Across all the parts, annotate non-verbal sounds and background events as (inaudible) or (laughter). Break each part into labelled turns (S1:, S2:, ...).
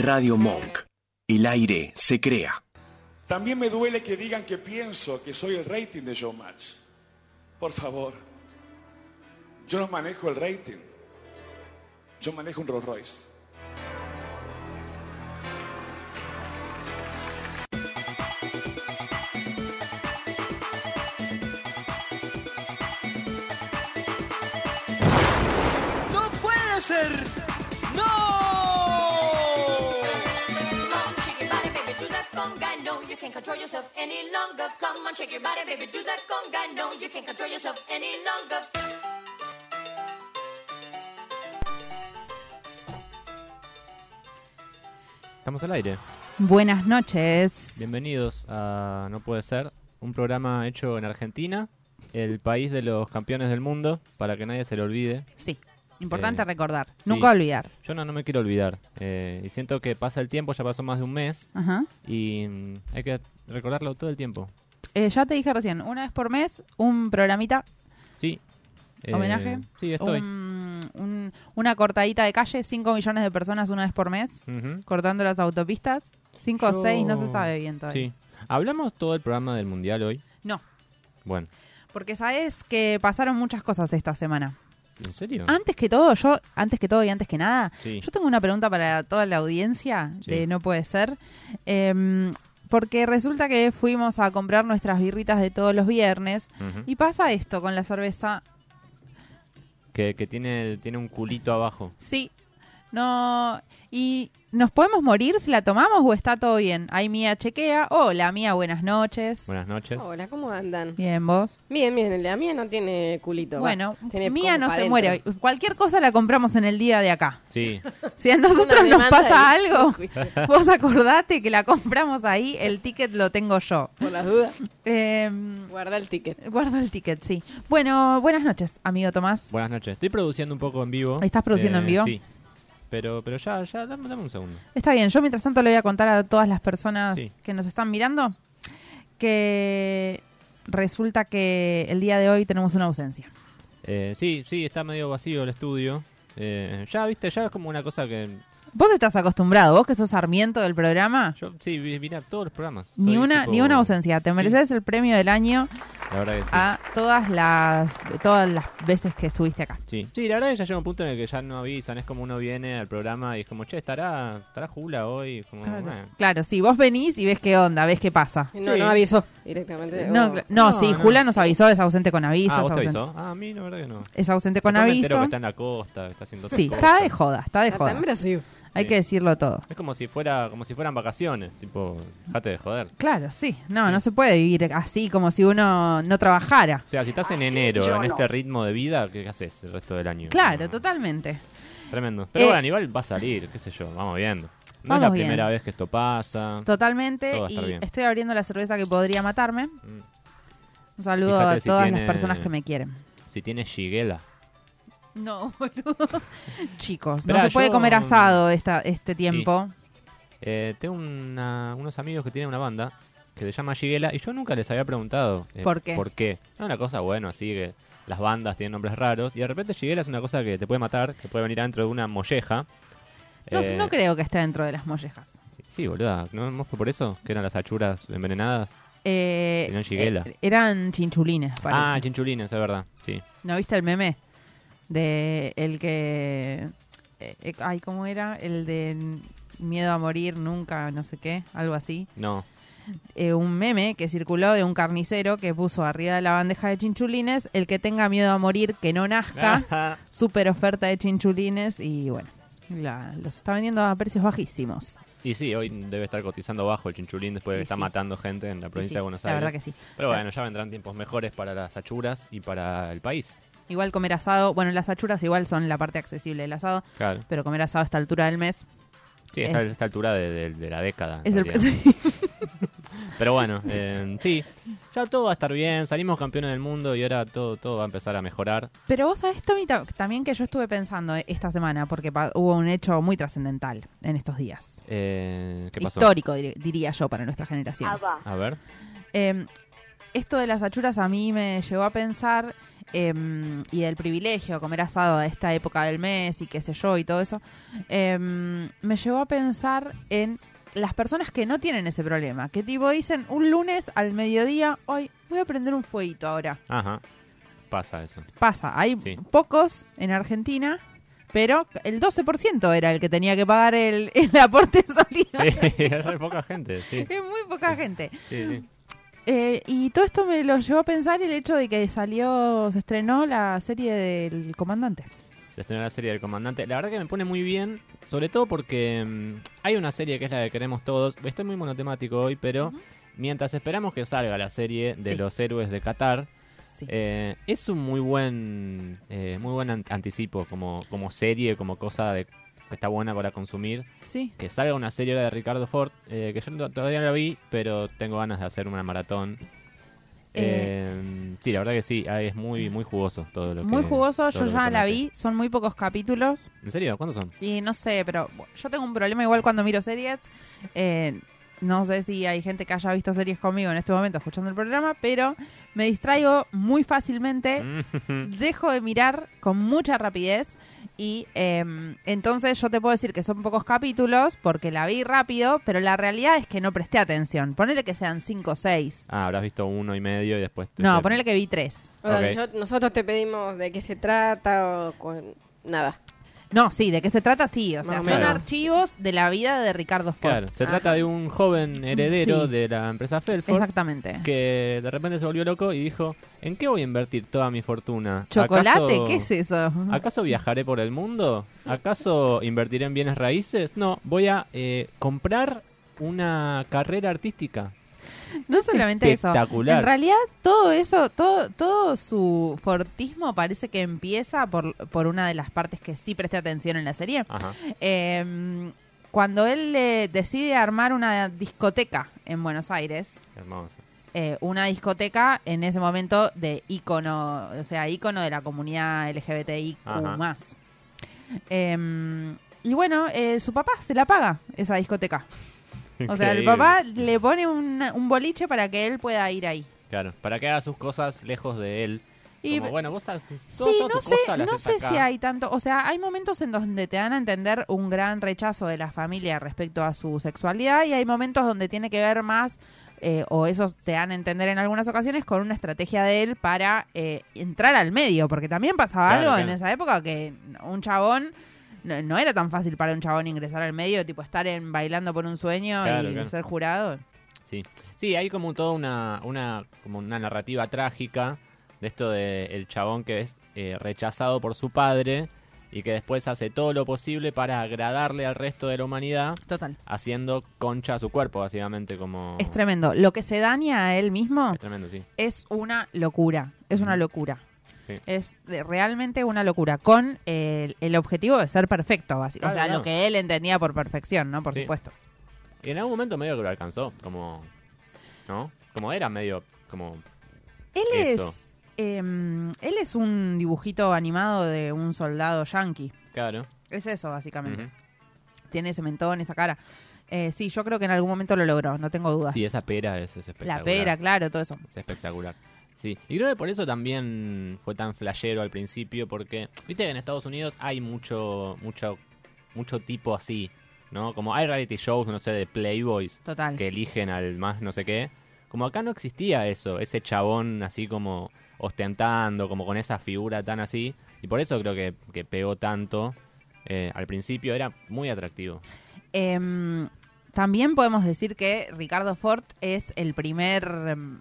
S1: Radio Monk. El aire se crea.
S2: También me duele que digan que pienso que soy el rating de Showmatch. Por favor. Yo no manejo el rating. Yo manejo un Rolls Royce.
S3: ¡No puede ser! ¡No!
S4: Come on, shake your body, baby, do that conga. No, you can't control yourself any longer. Come on, shake your body, baby, do that conga. No, you can't control yourself any longer.
S5: Estamos al aire.
S6: Buenas noches.
S5: Bienvenidos a No Puede Ser, un programa hecho en Argentina, el país de los campeones del mundo, para que nadie se lo olvide.
S6: Sí, importante
S5: Eh,
S6: recordar.
S5: sí.
S6: Nunca olvidar.
S5: Yo no, no me quiero olvidar. eh, y siento que pasa el tiempo, ya pasó más de un mes,
S6: Ajá.
S5: y mm, hay que recordarlo todo el tiempo.
S6: Eh, ya te dije recién, una vez por mes, un programita,
S5: Sí. eh,
S6: homenaje.
S5: Sí, estoy.
S6: un- un- una cortadita de calle, 5 millones de personas una vez por mes,
S5: Ujú.
S6: cortando las autopistas. 5 o
S5: Yo-
S6: 6, no se sabe bien todavía.
S5: Sí. ¿Hablamos todo el programa del Mundial hoy?
S6: No,
S5: Bueno,
S6: porque sabes que pasaron muchas cosas esta semana.
S5: ¿en serio?
S6: Antes que todo, yo, antes que todo y antes que nada,
S5: Sí.
S6: yo tengo una pregunta para toda la audiencia
S5: Sí.
S6: de No Puede Ser. Em, porque resulta que fuimos a comprar nuestras birritas de todos los viernes
S5: Ujú.
S6: y pasa esto con la cerveza.
S5: Que, que tiene, el- tiene un culito abajo.
S6: Sí, no. ¿Y nos podemos morir si la tomamos o está todo bien? Ahí Mía chequea. Hola Mía, buenas noches.
S5: Buenas noches.
S6: Ah.
S7: Hola, ¿cómo andan?
S6: Bien, vos.
S7: Bien, bien, el de la mía no tiene culito. va.
S6: Bueno,
S7: Tiene
S6: Mía
S7: como
S6: no
S7: pa'
S6: se
S7: dentro.
S6: muere. hoy. Cualquier cosa la compramos en el día de acá.
S5: Sí.
S6: Si a nosotros
S7: Una demanda
S6: nos pasa
S7: ahí. (laughs)
S6: algo, vos acordate que la compramos ahí, el ticket lo tengo yo.
S7: Por las dudas,
S6: Eh,
S7: guarda el ticket.
S6: guardo el ticket, sí. Bueno, buenas noches, amigo Tomás.
S5: Buenas noches. Estoy produciendo un poco en vivo. Eh,
S6: ¿Estás produciendo en vivo?
S5: Sí. Pero, pero ya, ya, dame, dame un segundo.
S6: Está bien, yo mientras tanto le voy a contar a todas las personas
S5: Sí.
S6: que nos están mirando que resulta que el día de hoy tenemos una ausencia.
S5: Eh, sí, sí, está medio vacío el estudio. Eh, ya, viste, ya es como una cosa que...
S6: Vos estás acostumbrado, vos que sos sarmiento del programa.
S5: Yo, sí, vi- vine a todos los programas.
S6: Ni
S5: Soy
S6: una,
S5: tipo-
S6: ni una ausencia. Ah. Te
S5: Sí,
S6: mereces el premio del año
S5: la verdad que sí.
S6: a todas las, todas las veces que estuviste acá.
S5: Sí. Sí, la verdad que ya llega un punto en el que ya no avisan. Es como uno viene al programa y es como, che, estará, estará Jula hoy. Como,
S6: Claro.
S5: eh.
S6: claro, sí, vos venís y ves qué onda, ves qué pasa.
S7: No,
S5: Sí.
S7: no avisó directamente.
S6: No,
S7: Oh.
S6: cla- no,
S5: No,
S6: sí,
S5: no.
S6: Julia nos avisó, es ausente con aviso.
S5: Ah,
S6: es,
S5: ¿vos te
S6: ausente,
S5: avisó? Ah, a mí no, la verdad que no.
S6: es ausente con
S5: Después me entero
S6: aviso.
S5: que está en la costa, que está haciendo otras
S6: Sí,
S5: cosas.
S6: está de joda, está de
S7: Ah,
S6: joda.
S7: también era así.
S6: Hay
S5: Sí.
S6: que decirlo todo.
S5: Es como si fuera, como si fueran vacaciones, tipo, dejate de joder.
S6: Claro, sí. No, no se puede vivir así como si uno no trabajara.
S5: O sea, si estás en enero, en este ritmo de vida, ¿qué haces el resto del año?
S6: Claro,
S5: No,
S6: totalmente.
S5: Tremendo. Pero
S6: Eh,
S5: bueno, igual va a salir, qué sé yo, vamos viendo. No
S6: Vamos
S5: es la
S6: viendo.
S5: primera vez que esto pasa.
S6: Totalmente.
S5: Todo va a estar
S6: Y
S5: bien.
S6: estoy abriendo la cerveza que podría matarme.
S5: Mm.
S6: Un saludo
S5: Fíjate
S6: a
S5: si
S6: todas las
S5: tiene-
S6: personas que me quieren.
S5: Si tienes shigela.
S6: (laughs) No, boludo. Chicos,
S5: Esperá,
S6: no se puede
S5: yo-
S6: comer asado esta, este tiempo.
S5: Eh, tengo una- unos amigos que tienen una banda que se llama Shigela y yo nunca les había preguntado eh,
S6: ¿Por qué?
S5: No, una cosa bueno, así que las bandas tienen nombres raros y de repente Shigela es una cosa que te puede matar, que puede venir adentro de una molleja.
S6: No,
S5: Eh,
S6: no creo que esté dentro de las mollejas.
S5: Sí, boluda, ¿no ¿No fue por eso? Que eran las achuras envenenadas.
S6: Eh,
S5: Tenían shigella.
S6: eh, eran chinchulines, parece.
S5: Ah, chinchulines, es verdad, sí.
S6: ¿No viste el meme? De el que. eh, eh, ay, ¿cómo era? El de n- miedo a morir nunca, no sé qué, algo así.
S5: No,
S6: Eh, un meme que circuló de un carnicero que puso arriba de la bandeja de chinchulines: el que tenga miedo a morir, que no nazca.
S5: Ah.
S6: Súper oferta de chinchulines y bueno, la- los está vendiendo a precios bajísimos.
S5: Y sí, hoy debe estar cotizando bajo el chinchulín después de
S6: Y
S5: que está
S6: sí.
S5: matando gente en la
S6: Y
S5: provincia
S6: sí,
S5: de Buenos
S6: la
S5: Aires.
S6: verdad que sí. Ah.
S5: Pero bueno, ya vendrán tiempos mejores para las achuras y para el país.
S6: Igual comer asado, bueno, las achuras igual son la parte accesible del asado,
S5: Claro.
S6: pero comer asado a esta altura del mes
S5: Sí, es a
S6: Es-
S5: esta altura de, de- de la década. en
S6: es el (laughs)
S5: realidad. Pero bueno, eh, sí, ya todo va a estar bien, salimos campeones del mundo y ahora todo, todo va a empezar a mejorar.
S6: Pero vos sabés, Tommy, ta- también que yo estuve pensando eh, esta semana, porque pa- hubo un hecho muy trascendental en estos días.
S5: Eh, ¿Qué pasó?
S6: Histórico, dir- diría yo, para nuestra
S4: Ah,
S6: generación. Em,
S5: A ver.
S6: Eh, esto de las achuras a mí me llevó a pensar em, y del privilegio, comer asado a esta época del mes y qué sé yo y todo eso, em, me llevó a pensar en las personas que no tienen ese problema, que tipo dicen un lunes al mediodía, hoy voy a prender un fueguito ahora.
S5: Ajá. Pasa
S6: (laughs)
S5: eso.
S6: Pasa, hay
S5: Sí.
S6: pocos en Argentina, pero el 12% era el que tenía que pagar el, (laughs) el aporte
S5: (laughs)
S6: solidario.
S5: es re poca gente, sí.
S6: Es muy poca gente.
S5: Sí, sí.
S6: Eh, y todo esto me lo llevó a pensar el hecho de que salió, se estrenó la serie del comandante.
S5: Se estrenó la serie del comandante. La verdad que me pone muy bien, sobre todo porque mm, hay una serie que es la que queremos todos. Estoy muy monotemático hoy, pero mientras esperamos que salga la serie de
S6: Sí.
S5: los héroes de Qatar,
S6: Sí.
S5: eh, es un muy buen, eh, muy buen an- anticipo como, como serie, como cosa de que está buena para consumir.
S6: Sí.
S5: Que salga una serie ahora de Ricardo Ford, eh, que yo no- todavía no la vi, pero tengo ganas de hacer una maratón.
S6: Eh,
S5: Eh, sí, la verdad que sí, ah, es muy, muy jugoso todo lo que...
S6: Muy jugoso,
S5: todo
S6: yo
S5: lo que
S6: ya la
S5: promete.
S6: vi, son muy pocos capítulos
S5: ¿En serio? ¿Cuántos son?
S6: y no sé, pero bueno, yo tengo un problema igual cuando miro series. eh, no sé si hay gente que haya visto series conmigo en este momento escuchando el programa, pero me distraigo muy fácilmente
S5: Mm. (laughs)
S6: dejo de mirar con mucha rapidez y em, entonces yo te puedo decir que son pocos capítulos porque la vi rápido, pero la realidad es que no presté atención. Ponele que sean cinco o seis.
S5: Ah, habrás visto uno y medio y después... te-
S6: No, ponele que vi tres.
S7: O sea,
S5: Ok.
S7: yo- nosotros te pedimos de qué se trata o cu- nada.
S6: No, sí, ¿de qué se trata? Sí, o sea,
S7: Más o
S6: son
S5: menos.
S6: archivos de la vida de Ricardo Ford.
S5: Claro, se trata de un joven heredero
S6: Sí.
S5: de la empresa Felford
S6: Exactamente.
S5: que de repente se volvió loco y dijo, ¿en qué voy a invertir toda mi fortuna?
S6: ¿Chocolate?
S5: ¿Acaso-
S6: ¿Qué es eso?
S5: ¿Acaso viajaré por el mundo? ¿Acaso invertiré en bienes raíces? No, voy a eh, comprar una carrera artística.
S6: (laughs) No solamente
S5: espectacular.
S6: eso. En realidad, todo eso, todo, todo su fortismo parece que empieza por, por una de las partes que sí presté atención en la serie.
S5: Ajá.
S6: Eh, cuando él eh, decide armar una discoteca en Buenos Aires,
S5: Hermoso.
S6: eh, una discoteca en ese momento de ícono, o sea, ícono de la comunidad LGBTIQ+.
S5: Ajá.
S6: Eh, y bueno, eh, su papá se la paga esa discoteca. O sea, el
S5: Increíble.
S6: papá le pone un, un boliche para que él pueda ir ahí.
S5: Claro, para que haga sus cosas lejos de él.
S6: Y-
S5: Como, bueno, vos haces
S6: Sí, no sé, no sé si hay tanto, o sea, hay momentos en donde te dan a entender un gran rechazo de la familia respecto a su sexualidad y hay momentos donde tiene que ver más, eh, o eso te dan a entender en algunas ocasiones, con una estrategia de él para eh, entrar al medio, porque también pasaba
S5: Claro,
S6: algo en
S5: claro.
S6: esa época que un chabón... No, no era tan fácil para un chabón ingresar al medio, tipo estar en bailando por un sueño
S5: Claro,
S6: y
S5: claro.
S6: ser jurado.
S5: Sí, sí, hay como toda una, una, como una narrativa trágica de esto de el chabón que es eh, rechazado por su padre y que después hace todo lo posible para agradarle al resto de la humanidad,
S6: Total.
S5: haciendo concha a su cuerpo, básicamente como...
S6: Es tremendo. Lo que se daña a él mismo
S5: Es tremendo, sí.
S6: es una locura, es una locura.
S5: Sí.
S6: Es de- realmente una locura, con el, el objetivo de ser perfecto,
S5: Claro,
S6: básicamente. o sea,
S5: claro.
S6: lo que él entendía por perfección, ¿no? Por
S5: Sí.
S6: supuesto.
S5: Y en algún momento medio que lo alcanzó, como... ¿No? Como era medio como...
S6: Él
S5: Eso.
S6: es, em, él es un dibujito animado de un soldado yankee.
S5: Claro.
S6: Es eso, básicamente.
S5: Ujú.
S6: Tiene ese mentón, esa cara. Eh, sí, yo creo que en algún momento lo logró, no tengo dudas.
S5: Sí, esa pera es, es espectacular.
S6: La pera, claro, todo eso.
S5: Es espectacular. Sí, y creo que por eso también fue tan flashero al principio, porque viste que en Estados Unidos hay mucho, mucho, mucho tipo así, ¿no? Como hay reality shows, no sé, de Playboys
S6: Total.
S5: que eligen al más no sé qué. Como acá no existía eso, ese chabón así como ostentando, como con esa figura tan así. Y por eso creo que, que pegó tanto. Eh, al principio era muy atractivo.
S6: Em, también podemos decir que Ricardo Ford es el primer em,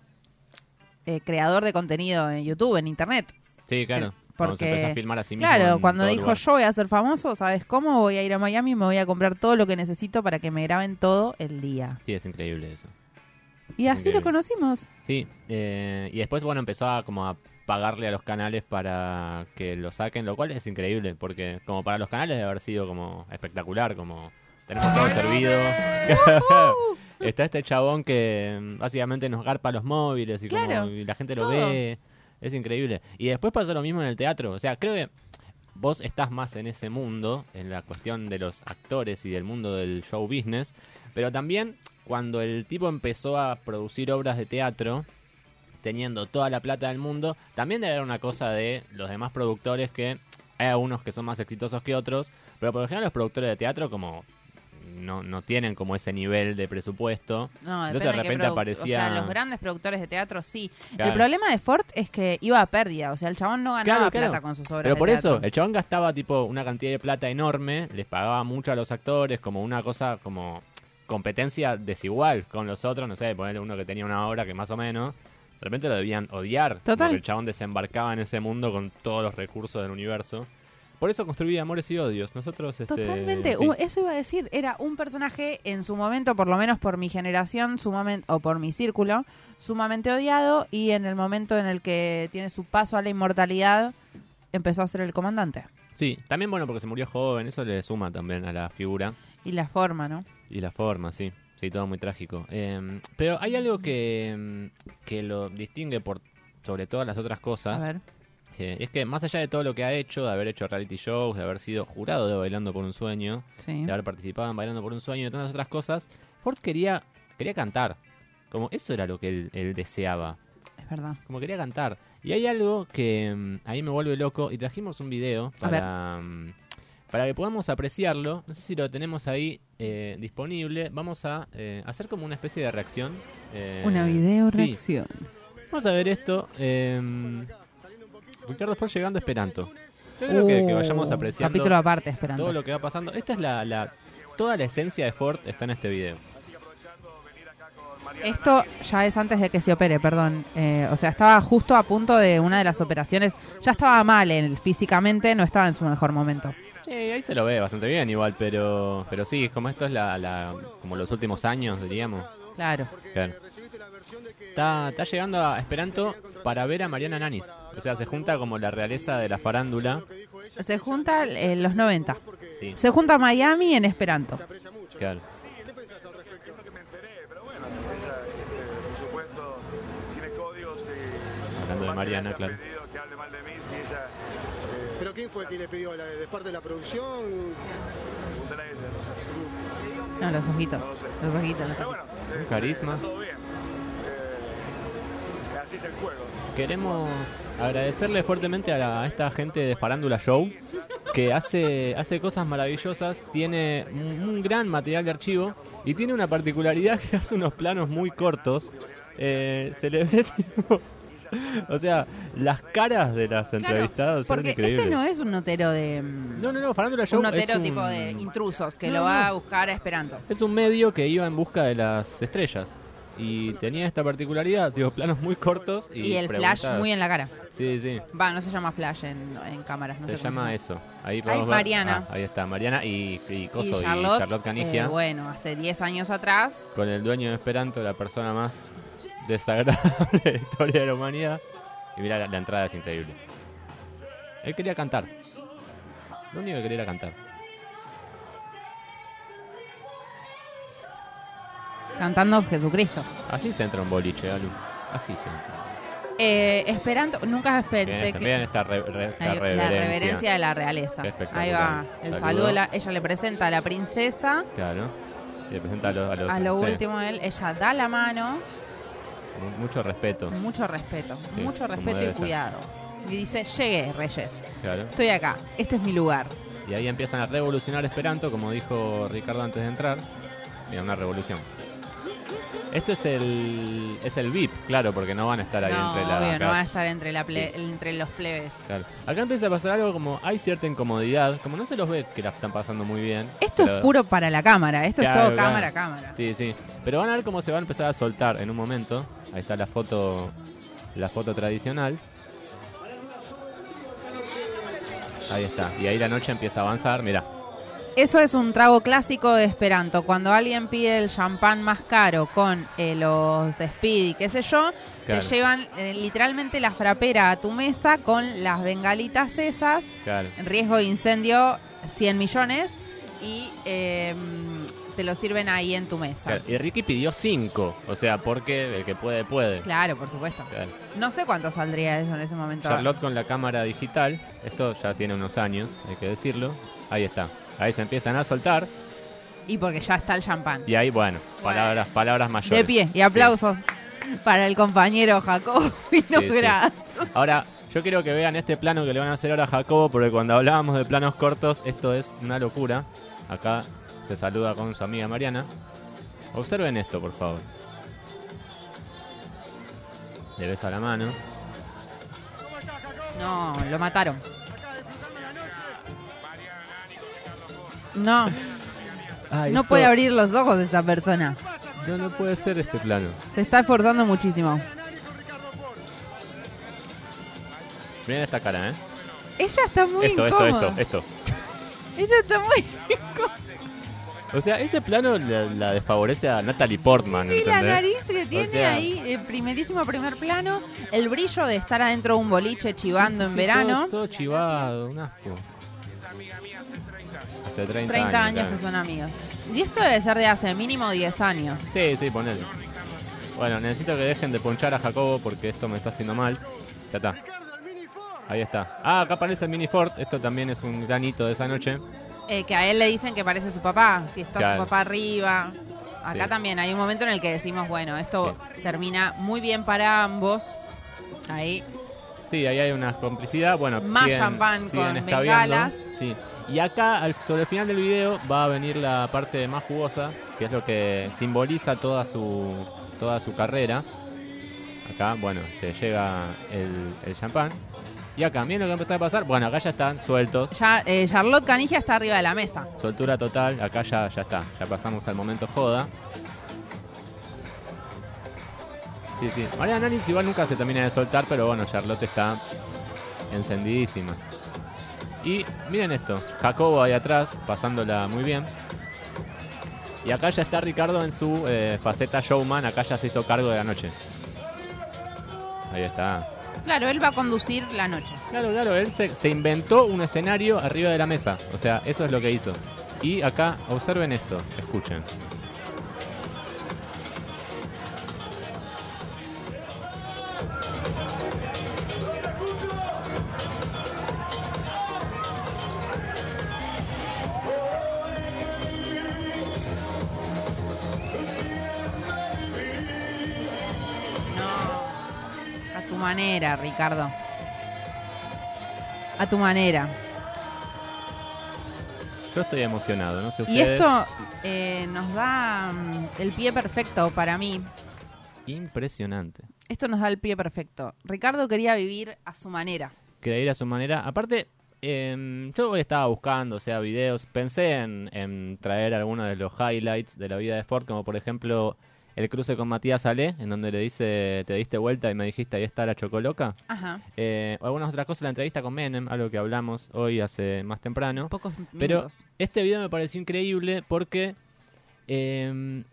S6: eh, creador de contenido en YouTube, en Internet.
S5: Sí, claro.
S6: El-
S5: Cuando se empezó
S6: Eh, Porque,
S5: a filmar a sí mismo
S6: claro,
S5: en
S6: cuando
S5: todo
S6: dijo
S5: lugar.
S6: yo voy a ser famoso, ¿sabes cómo? Voy a ir a Miami y me voy a comprar todo lo que necesito para que me graben todo el día.
S5: Sí, es increíble eso.
S6: Y así
S5: Increíble.
S6: lo conocimos.
S5: Sí, eh, y después, bueno, empezó a como a pagarle a los canales para que lo saquen, lo cual es increíble, porque como para los canales debe haber sido como espectacular, como tenemos todo servido. (laughs) Está este chabón que mm, básicamente nos garpa los móviles y, como-
S6: Claro,
S5: y la gente lo
S6: todo.
S5: ve, es increíble. Y después pasó lo mismo en el teatro, o sea, creo que vos estás más en ese mundo, en la cuestión de los actores y del mundo del show business, pero también cuando el tipo empezó a producir obras de teatro, teniendo toda la plata del mundo. También debe haber una cosa de los demás productores que hay algunos que son más exitosos que otros, pero por lo general los productores de teatro como no, no tienen como ese nivel de presupuesto.
S6: No,
S5: Entonces, de
S6: depende de qué
S5: repente
S6: produ-
S5: aparecía...
S6: O sea, los grandes productores de teatro sí.
S5: Claro.
S6: El problema de Ford es que iba a pérdida. O sea, el chabón no
S5: Claro,
S6: ganaba
S5: claro.
S6: plata con sus obras.
S5: Pero
S6: de
S5: por eso,
S6: teatro.
S5: el chabón gastaba tipo una cantidad de plata enorme, les pagaba mucho a los actores, como una cosa como competencia desigual con los otros, no sé, ponerle uno que tenía una obra que más o menos, de repente lo debían odiar,
S6: Total.
S5: porque el chabón desembarcaba en ese mundo con todos los recursos del universo. Por eso construí Amores y Odios. Nosotros este,
S6: Totalmente,
S5: sí.
S6: Uh, eso iba a decir, era un personaje en su momento, por lo menos por mi generación, sumamente, o por mi círculo, sumamente odiado y en el momento en el que tiene su paso a la inmortalidad, empezó a ser el comandante.
S5: Sí, también bueno porque se murió joven, eso le suma también a la figura.
S6: Y la forma, ¿no?
S5: Y la forma, sí. Sí, todo muy trágico. Eh, pero hay algo que, mm, que lo distingue por sobre todas las otras
S6: A
S5: cosas.
S6: ver.
S5: Eh, es que más allá de todo lo que ha hecho, de haber hecho reality shows, de haber sido jurado de Bailando por un Sueño,
S6: Sí.
S5: de haber participado en Bailando por un Sueño y tantas otras cosas, Ford quería, quería cantar. Como eso era lo que él, él deseaba.
S6: Es verdad.
S5: Como quería cantar. Y hay algo que mm, a mí me vuelve loco y trajimos un video
S6: A
S5: para, mm, para que podamos apreciarlo. No sé si lo tenemos ahí eh, disponible. Vamos a eh, hacer como una especie de reacción. eh,
S6: Una video
S5: sí.
S6: reacción.
S5: Vamos a ver esto. eh, Ricardo Ford llegando esperando. Yo creo que, que vayamos
S6: Uh,
S5: apreciando
S6: Capítulo aparte, esperando.
S5: todo lo que va pasando. Esta es la, la- toda la esencia de Ford está en este video.
S6: Esto ya es antes de que se opere, perdón. Eh, o sea, estaba justo a punto de una de las operaciones. Ya estaba mal él, físicamente, no estaba en su mejor momento.
S5: Sí, ahí se lo ve bastante bien igual, pero pero sí, como esto es la, la- como los últimos años, diríamos.
S6: Claro.
S5: Claro. Está, está llegando a Esperanto para ver a Mariana Nanis. O sea, se junta como la realeza de la farándula.
S6: Se junta en los 90.
S5: Sí,
S6: Se junta Miami en Esperanto.
S5: claro.
S2: Yo creo que me enteré, pero bueno, ella, este, por supuesto, tiene códigos y...
S5: Hablando de Mariana, claro.
S2: pedido que hable mal de mí, si ella...
S8: ¿Pero quién fue el que le pidió? ¿La- ¿De parte de la producción?
S2: Preguntará a ella, no sé.
S6: No, los ojitos. Los ojitos. los
S2: Pero
S6: ojitos.
S2: bueno, eh,
S5: carisma.
S2: Todo bien. Eh, así es el juego.
S5: Queremos agradecerle fuertemente a, la- a esta gente de Farándula Show que hace, hace cosas maravillosas, tiene un, un gran material de archivo y tiene una particularidad (laughs) que hace unos planos muy cortos. Eh, se le ve (laughs) tipo- O sea, las caras de las entrevistadas son
S6: porque
S5: increíbles.
S6: este no es un notero de. mm,
S5: no, no, no, Farándula Show
S6: un notero
S5: es un,
S6: tipo de intrusos que
S5: No,
S6: lo
S5: no.
S6: va a buscar a Esperanto.
S5: es un medio que iba en busca de las estrellas y tenía esta particularidad, digo, planos muy cortos y,
S6: Y, el flash
S5: preguntas-
S6: muy en la cara.
S5: Sí, sí.
S6: Va, no se llama flash en, en cámaras. No
S5: Se
S6: sé cómo
S5: llama eso. Ahí
S6: Ahí
S5: podemos ver-
S6: Mariana.
S5: ah, ahí está, Mariana y, y Coso
S6: Y
S5: y
S6: Charlotte,
S5: Canigia.
S6: eh, bueno, hace 10 años atrás.
S5: Con el dueño de Esperanto, la persona más desagradable (laughs) de la historia de la humanidad. Y mira, la, la entrada es increíble. Él quería cantar. Lo único que quería era cantar.
S6: Cantando Jesucristo.
S5: Así se entra un boliche, Alu. Así se entra.
S6: Eh, Esperanto, nunca
S5: Bien,
S6: pensé que.
S5: también está re- re- la
S6: Ahí-
S5: reverencia.
S6: La reverencia de la realeza.
S5: Qué espectacular.
S6: Ahí va. El
S5: Saludo.
S6: saludo. la- ella le presenta a la princesa.
S5: Claro. Y le presenta a los... A, los-
S6: A lo
S5: no sé,
S6: último, él, ella da la mano.
S5: mu- Mucho respeto.
S6: Mucho respeto.
S5: Sí,
S6: mucho
S5: como
S6: respeto
S5: debe
S6: y
S5: ser.
S6: cuidado. Y dice: Llegué, Reyes.
S5: Claro.
S6: Estoy acá. Este es mi lugar.
S5: Y ahí empiezan a revolucionar Esperanto, como dijo Ricardo antes de entrar. Mira, una revolución. Esto es el es el VIP, claro, porque no van a estar ahí
S6: no,
S5: entre la.
S6: obvio,
S5: acá.
S6: no van a estar entre, la ple- entre los plebes.
S5: Claro. Acá empieza a pasar algo como hay cierta incomodidad, como no se los ve que la están pasando muy bien.
S6: Esto
S5: pero-
S6: es puro para la cámara. Esto
S5: Claro,
S6: es todo
S5: claro.
S6: cámara a cámara.
S5: Sí, sí. Pero van a ver cómo se va a empezar a soltar en un momento. Ahí está la foto, la foto tradicional. Ahí está. Y ahí la noche empieza a avanzar. Mira,
S6: Eso es un trago clásico de Esperanto. Cuando alguien pide el champán más caro con eh, los Speedy, qué sé yo,
S5: Claro.
S6: te llevan eh, literalmente la frapera a tu mesa con las bengalitas esas,
S5: claro.
S6: riesgo de incendio 100 millones, y eh, te lo sirven ahí en tu mesa.
S5: Claro, Y Ricky pidió cinco, o sea, porque el que puede, puede.
S6: Claro, por supuesto.
S5: Claro.
S6: No sé cuánto saldría eso en ese momento.
S5: Charlotte con la cámara digital, esto ya tiene unos años, hay que decirlo. Ahí está, ahí se empiezan a soltar
S6: Y porque ya está el champán.
S5: y ahí, bueno, palabras palabras mayores.
S6: De pie y aplausos.
S5: Sí.
S6: Para el compañero (laughs) Jacob Vinograd.
S5: Ahora, yo quiero que vean este plano que le van a hacer ahora a Jacobo, porque cuando hablábamos de planos cortos, esto es una locura. Acá se saluda con su amiga Mariana. Observen esto, por favor. Le besa la mano.
S6: No, lo mataron. No,
S5: Ay,
S6: no
S5: esto-
S6: puede abrir los ojos esta persona.
S5: No, no puede ser este plano.
S6: Se está esforzando muchísimo.
S5: Miren esta cara, ¿eh?
S6: Ella está muy
S5: esto, esto,
S6: incómoda.
S5: esto, esto.
S6: Ella está muy incómoda.
S5: O sea, ese plano la, la desfavorece a Natalie Portman,
S6: Y la
S5: ¿entendés?
S6: nariz que tiene
S5: sea-
S6: ahí, eh, primerísimo primer plano, el brillo de estar adentro de un boliche chivando en
S5: Sí,
S6: verano.
S5: Todo, todo chivado, un asco. Hace 30,
S6: 30 años
S5: claro.
S6: que son amigos. Y esto debe ser de hace mínimo 10 años.
S5: Sí, sí, ponelo. Bueno, necesito que dejen de ponchar a Jacobo porque esto me está haciendo mal. Ya está. Ahí está. Ah, acá aparece el Mini Ford. Esto también es un gran hito de esa noche.
S6: Eh, que a él le dicen que parece su papá, si está
S5: Claro.
S6: su papá arriba. Acá
S5: Sí.
S6: también hay un momento en el que decimos, bueno, esto termina muy bien para ambos. Ahí,
S5: Sí, ahí hay una complicidad. Bueno,
S6: Más
S5: siguen-
S6: champán
S5: siguen
S6: con
S5: escabeando.
S6: bengalas.
S5: Sí. Y acá, al- sobre el final del video, va a venir la parte más jugosa, que es lo que simboliza toda su, toda su carrera. Acá, bueno, se llega el, el champán. Y acá, miren lo que empezó a pasar. Bueno, acá ya están sueltos.
S6: ya eh, Charlotte Canigia está arriba de la mesa.
S5: Soltura total, acá ya, ya está, ya pasamos al momento joda. Sí, sí. María Nanis igual nunca se termina de soltar, pero bueno, Charlotte está encendidísima. Y miren esto, Jacobo ahí atrás, pasándola muy bien. Y acá ya está Ricardo en su eh, faceta showman, acá ya se hizo cargo de la noche. Ahí está.
S6: Claro, él va a conducir la noche.
S5: Claro, claro, él se, se inventó un escenario arriba de la mesa. O sea, eso es lo que hizo. Y acá, observen esto, escuchen.
S6: No. A tu manera, Ricardo. A tu manera.
S5: Yo estoy emocionado, no sé
S6: Y
S5: ustedes.
S6: esto eh, nos da mm, el pie perfecto para mí.
S5: Impresionante.
S6: Esto nos da el pie perfecto. Ricardo quería vivir a su manera.
S5: Creer a su manera. Aparte, em, yo hoy estaba buscando, o sea, videos. Pensé en, en traer algunos de los highlights de la vida de Sport, como por ejemplo el cruce con Matías Ale, en donde le dice, te diste vuelta y me dijiste, ahí está la chocoloca.
S6: Ajá.
S5: Eh, algunas otras cosas, la entrevista con Menem, algo que hablamos hoy hace más temprano.
S6: Pocos
S5: Pero
S6: minutos.
S5: este video me pareció increíble porque eh,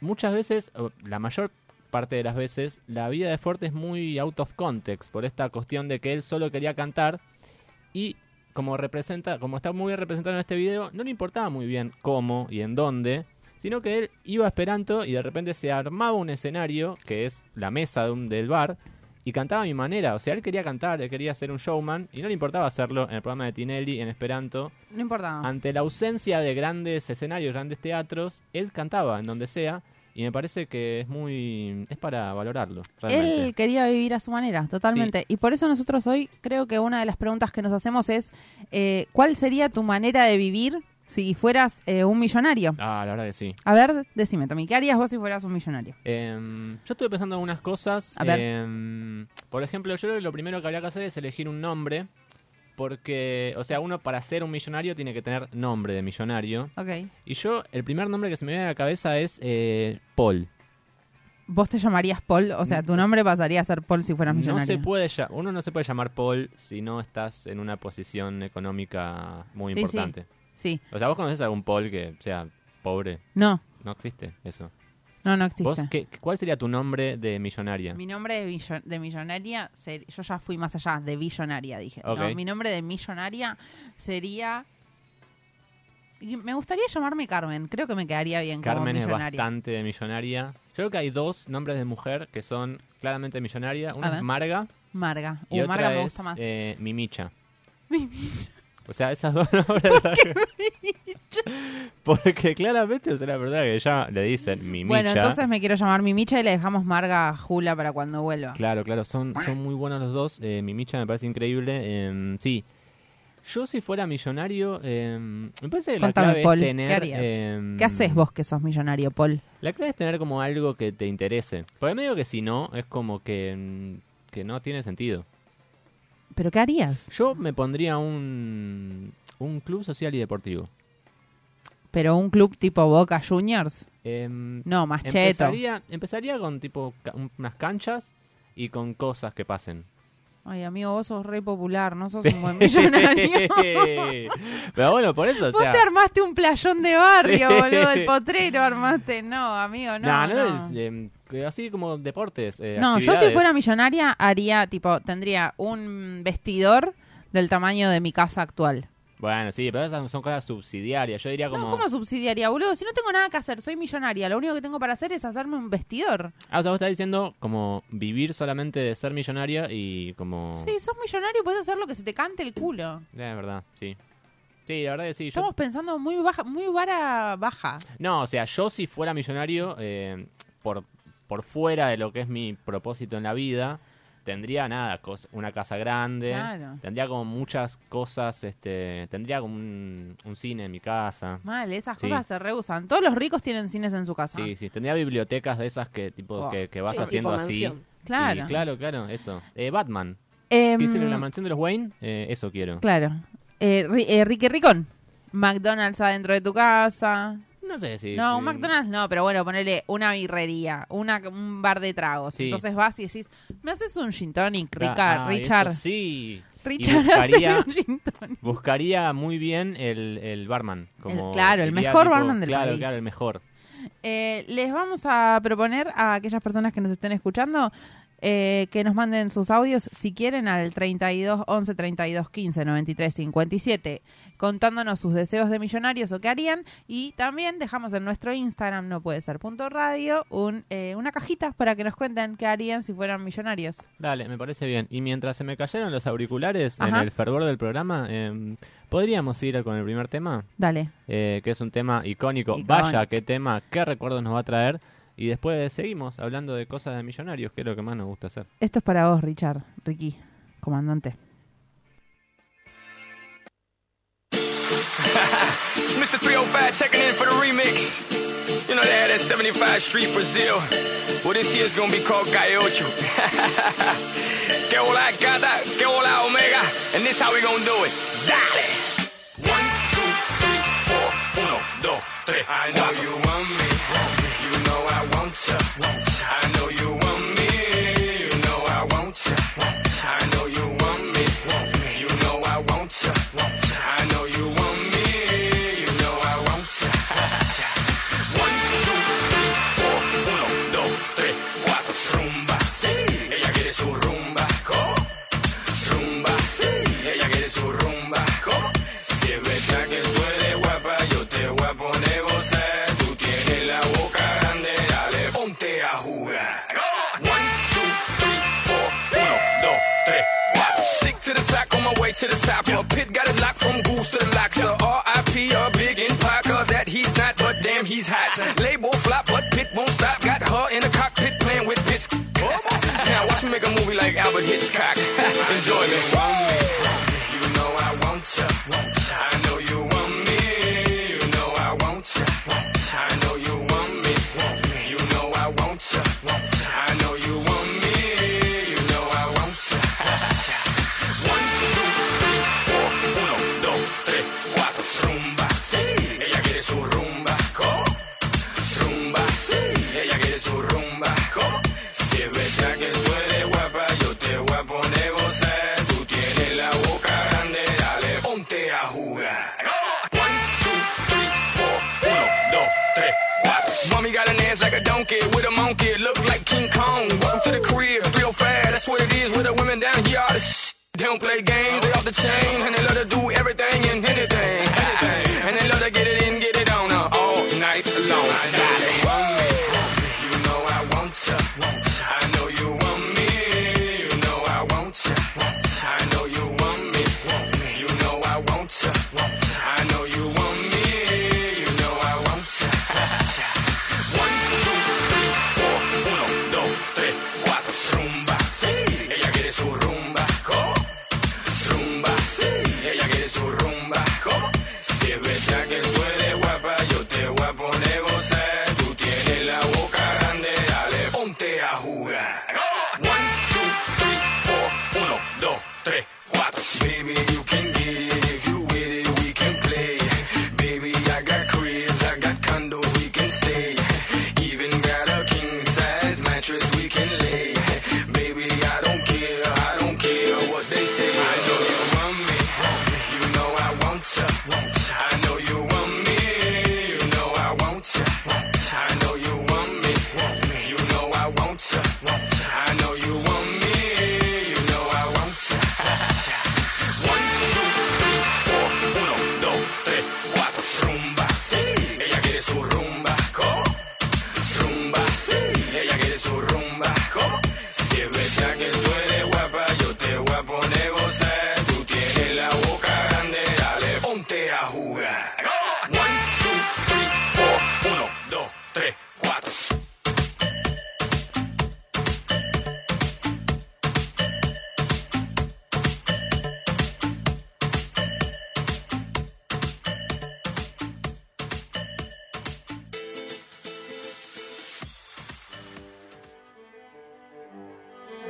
S5: muchas veces, o la mayor parte de las veces, la vida de Forte es muy out of context por esta cuestión de que él solo quería cantar y como representa, como está muy bien representado en este video, no le importaba muy bien cómo y en dónde, sino que él iba esperando y de repente se armaba un escenario que es la mesa de un- del bar y cantaba a mi manera, o sea, él quería cantar, él quería ser un showman y no le importaba hacerlo en el programa de Tinelli en Esperanto
S6: No importa.
S5: ante la ausencia de grandes escenarios, grandes teatros, él cantaba en donde sea y me parece que es muy es para valorarlo realmente.
S6: Él quería vivir a su manera, totalmente. Y por eso nosotros hoy creo que una de las preguntas que nos hacemos es, eh, ¿cuál sería tu manera de vivir si fueras eh, un millonario?
S5: Ah, la verdad que sí.
S6: A ver, decime, Tommy, ¿qué harías vos si fueras un millonario?
S5: Em, yo estuve pensando en unas cosas.
S6: A ver.
S5: Em, por ejemplo, yo creo que lo primero que habría que hacer es elegir un nombre. Porque, o sea, uno para ser un millonario tiene que tener nombre de millonario.
S6: Ok.
S5: Y yo, el primer nombre que se me viene a la cabeza es eh, Paul.
S6: ¿Vos te llamarías Paul? O sea, tu nombre pasaría a ser Paul si fueras
S5: No
S6: Ah, millonario.
S5: se puede ya, uno no se puede llamar Paul si no estás en una posición económica muy
S6: Sí, sí.
S5: importante.
S6: Sí.
S5: O sea, vos conoces algún Paul que sea pobre.
S6: No,
S5: No existe eso.
S6: no, no existe.
S5: ¿Vos qué, cuál sería tu nombre de millonaria?
S6: Mi nombre de, millo- de millonaria, ser- yo ya fui más allá, de billonaria dije.
S5: Ok.
S6: No, mi nombre de millonaria sería... y Me gustaría llamarme Carmen, creo que me quedaría bien
S5: Carmen
S6: como
S5: es
S6: millonaria.
S5: bastante de millonaria. Yo creo que hay dos nombres de mujer que son claramente millonaria.
S6: A
S5: Una
S6: ver.
S5: es Marga
S6: Marga.
S5: y
S6: Uh,
S5: otra
S6: Marga
S5: es
S6: me gusta más.
S5: (laughs)
S6: (laughs)
S5: eh, Mimicha. Mimicha. O sea, esas dos nombres. Porque claramente es una persona que ya le dicen mi
S6: Bueno,
S5: micha.
S6: entonces me quiero llamar Mimicha y le dejamos marga a Jula para cuando vuelva.
S5: Claro, claro, son, son muy buenos los dos. Eh, mi micha me parece increíble. Eh, sí. Yo si fuera millonario, eh, me parece que la
S6: Contame,
S5: clave
S6: Paul,
S5: es tener...
S6: ¿qué harías?
S5: eh,
S6: ¿Qué haces vos que sos millonario, Paul?
S5: La clave es tener como algo que te interese. Porque medio que si no, es como que, mm, que no tiene sentido.
S6: ¿Pero qué harías?
S5: Yo me pondría un, un club social y deportivo.
S6: ¿Pero un club tipo Boca Juniors?
S5: Em,
S6: No, más cheto.
S5: empezaría, empezaría con tipo ca- un- unas canchas y con cosas que pasen.
S6: Ay, amigo, vos sos re popular, (laughs) no sos
S5: (laughs)
S6: un buen millonario.
S5: Pero bueno, por eso, o
S6: Vos
S5: sea...
S6: te armaste un playón de
S5: (laughs)
S6: barrio,
S5: Sí.
S6: boludo, el potrero armaste. No, amigo, no.
S5: Nah, no,
S6: no.
S5: es, em, que así como deportes. eh,
S6: No, yo si
S5: actividades.
S6: fuera millonaria haría, tipo, tendría un vestidor del tamaño de mi casa actual.
S5: Bueno, sí, pero esas son cosas subsidiarias. Yo diría como.
S6: No, ¿cómo subsidiaría, boludo? Si no tengo nada que hacer, soy millonaria, lo único que tengo para hacer es hacerme un vestidor.
S5: Ah, o sea, vos estás diciendo como vivir solamente de ser millonaria y como.
S6: Sí, sos millonario, puedes hacer lo que se te cante el culo.
S5: Eh, es verdad, sí. Sí, la verdad que sí. yo-
S6: Estamos pensando muy baja, muy vara baja.
S5: No, o sea, yo si fuera millonario, eh, por, por fuera de lo que es mi propósito en la vida, tendría nada, cos- una casa grande,
S6: Claro.
S5: tendría como muchas cosas, este, tendría como un, un cine en mi casa.
S6: Mal, esas
S5: Sí.
S6: cosas se rehusan. Todos los ricos tienen cines en su casa.
S5: Sí, sí, tendría bibliotecas de esas que tipo
S6: Oh,
S5: que, que vas
S7: Ah. sí.
S5: haciendo
S7: Tipo
S5: así.
S7: mansión.
S5: Y
S6: Claro.
S5: claro, claro, eso. Eh, Batman.
S6: Em,
S5: ¿Qué hicieron en la mansión de los Wayne? Eh, eso quiero.
S6: claro. Eh, ri- eh, Ricky Ricón. McDonald's adentro de tu casa.
S5: No sé si.
S6: No,
S5: eh,
S6: un McDonald's no, pero bueno, ponele una birrería, una, un bar de tragos.
S5: Sí.
S6: Entonces vas y decís, ¿me haces un gin tonic,
S5: ra-
S6: Rica-
S5: ah,
S6: Richard?
S5: eso Sí. Y
S6: Richard,
S5: buscaría-
S6: haceme un gin tonic.
S5: (laughs) Buscaría muy bien el, el barman. Como
S6: El- claro, el
S5: diría,
S6: mejor barman del
S5: claro,
S6: país.
S5: Claro, el mejor.
S6: Eh, les vamos a proponer a aquellas personas que nos estén escuchando eh, que nos manden sus audios, si quieren, al 32 11 32 15 93 57, contándonos sus deseos de millonarios o qué harían. Y también dejamos en nuestro Instagram, no puede ser, punto radio, un, eh, una cajita para que nos cuenten qué harían si fueran millonarios.
S5: Dale, me parece bien. Y mientras se me cayeron los auriculares en
S6: Ajá.
S5: el fervor del programa, eh, podríamos ir con el primer tema,
S6: Dale.
S5: eh, que es un tema icónico.
S6: Icónico.
S5: Vaya, qué tema, qué recuerdos nos va a traer. Y después seguimos hablando de cosas de millonarios, que es lo que más nos gusta hacer.
S6: Esto es para vos, Richard, Ricky, comandante.
S9: Mr. 305 checking in for the remix. You know they had that 75 Street Brazil. Well, this year's gonna be called Gaiocho. (laughs) que hola gata, que hola omega. And this how we gonna do it. Dale! One, two, three, four. Uno, dos, tres. I know you want me. You know I want ya. I know you want me. You know I want ya. I know you want me. You know I want ya. I know you want me. You know I want ya. One, two, three, four. Uno, dos, tres, cuatro. Rumba. Ella quiere su rumba. Rumba, ella quiere su rumba. Si es verdad que tú eres guapa, yo te voy a poner gozar. Tú tienes la boca grande, dale, ponte a jugar. One, two, three, four. Uno, dos, tres, cuatro. Stick to the top on my way to the top. A pit got it locked from goose to the locks. A R.I.P. a big in Parker that he's not, but damn he's hot. Label flop, but pit won't stop. Got her in the cockpit playing with pits. Now watch me make a movie like Albert Hitchcock. (laughs) Enjoy me. You know I want ya. I know you want me. You know I want ya. I know you want me. You know I want ya. I know you want me. You know I want ya. One, two, three, four. Uno, dos, tres, cuatro. Rumba. Ella quiere su rumba. Co- rumba. Ella quiere su rumba. Si es verdad que tú eres guapa, yo te voy a poner gozar. Tú tienes la boca grande, dale, ponte a jugar. One, two, three, four. Uno, dos, tres, cuatro. Mommy got an ass like a donkey with a monkey. Look like King Kong. Welcome to the crib. 305, that's what it is with the women down here. All the sh- they don't play games, they off the chain, and they love to do everything and anything, anything. And they love to get it in, get it on, uh, all night long. I know you want me, you know I want ya. I know you want me, you know I want ya. I know you want me, you know I want ya. I know you want me,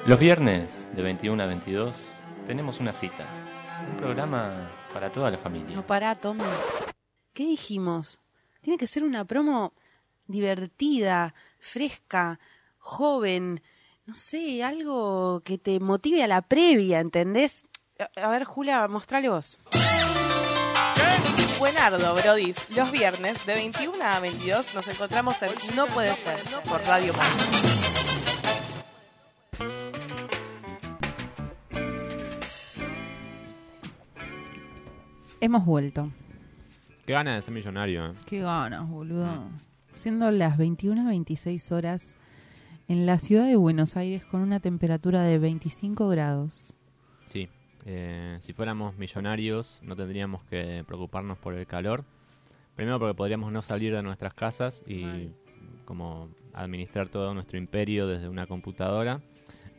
S10: Los viernes de 21 a 22 tenemos una cita. Un programa para toda la familia.
S11: No pará, Tommy. ¿Qué dijimos? Tiene que ser una promo divertida, fresca, joven, no sé, algo que te motive a la previa, ¿entendés? A- A ver, Julia, mostrale vos.
S12: Buenardo, Brodis. Los viernes de 21 a 22 nos encontramos en No Puede Ser por Radio Más.
S6: Hemos vuelto.
S5: Qué ganas de ser millonario, eh.
S6: Qué ganas, boludo. Siendo las 21 a 26 horas en la ciudad de Buenos Aires con una temperatura de 25 grados.
S5: Sí. Eh, si fuéramos millonarios, no tendríamos que preocuparnos por el calor. Primero porque podríamos no salir de nuestras casas y como administrar todo nuestro imperio desde una computadora.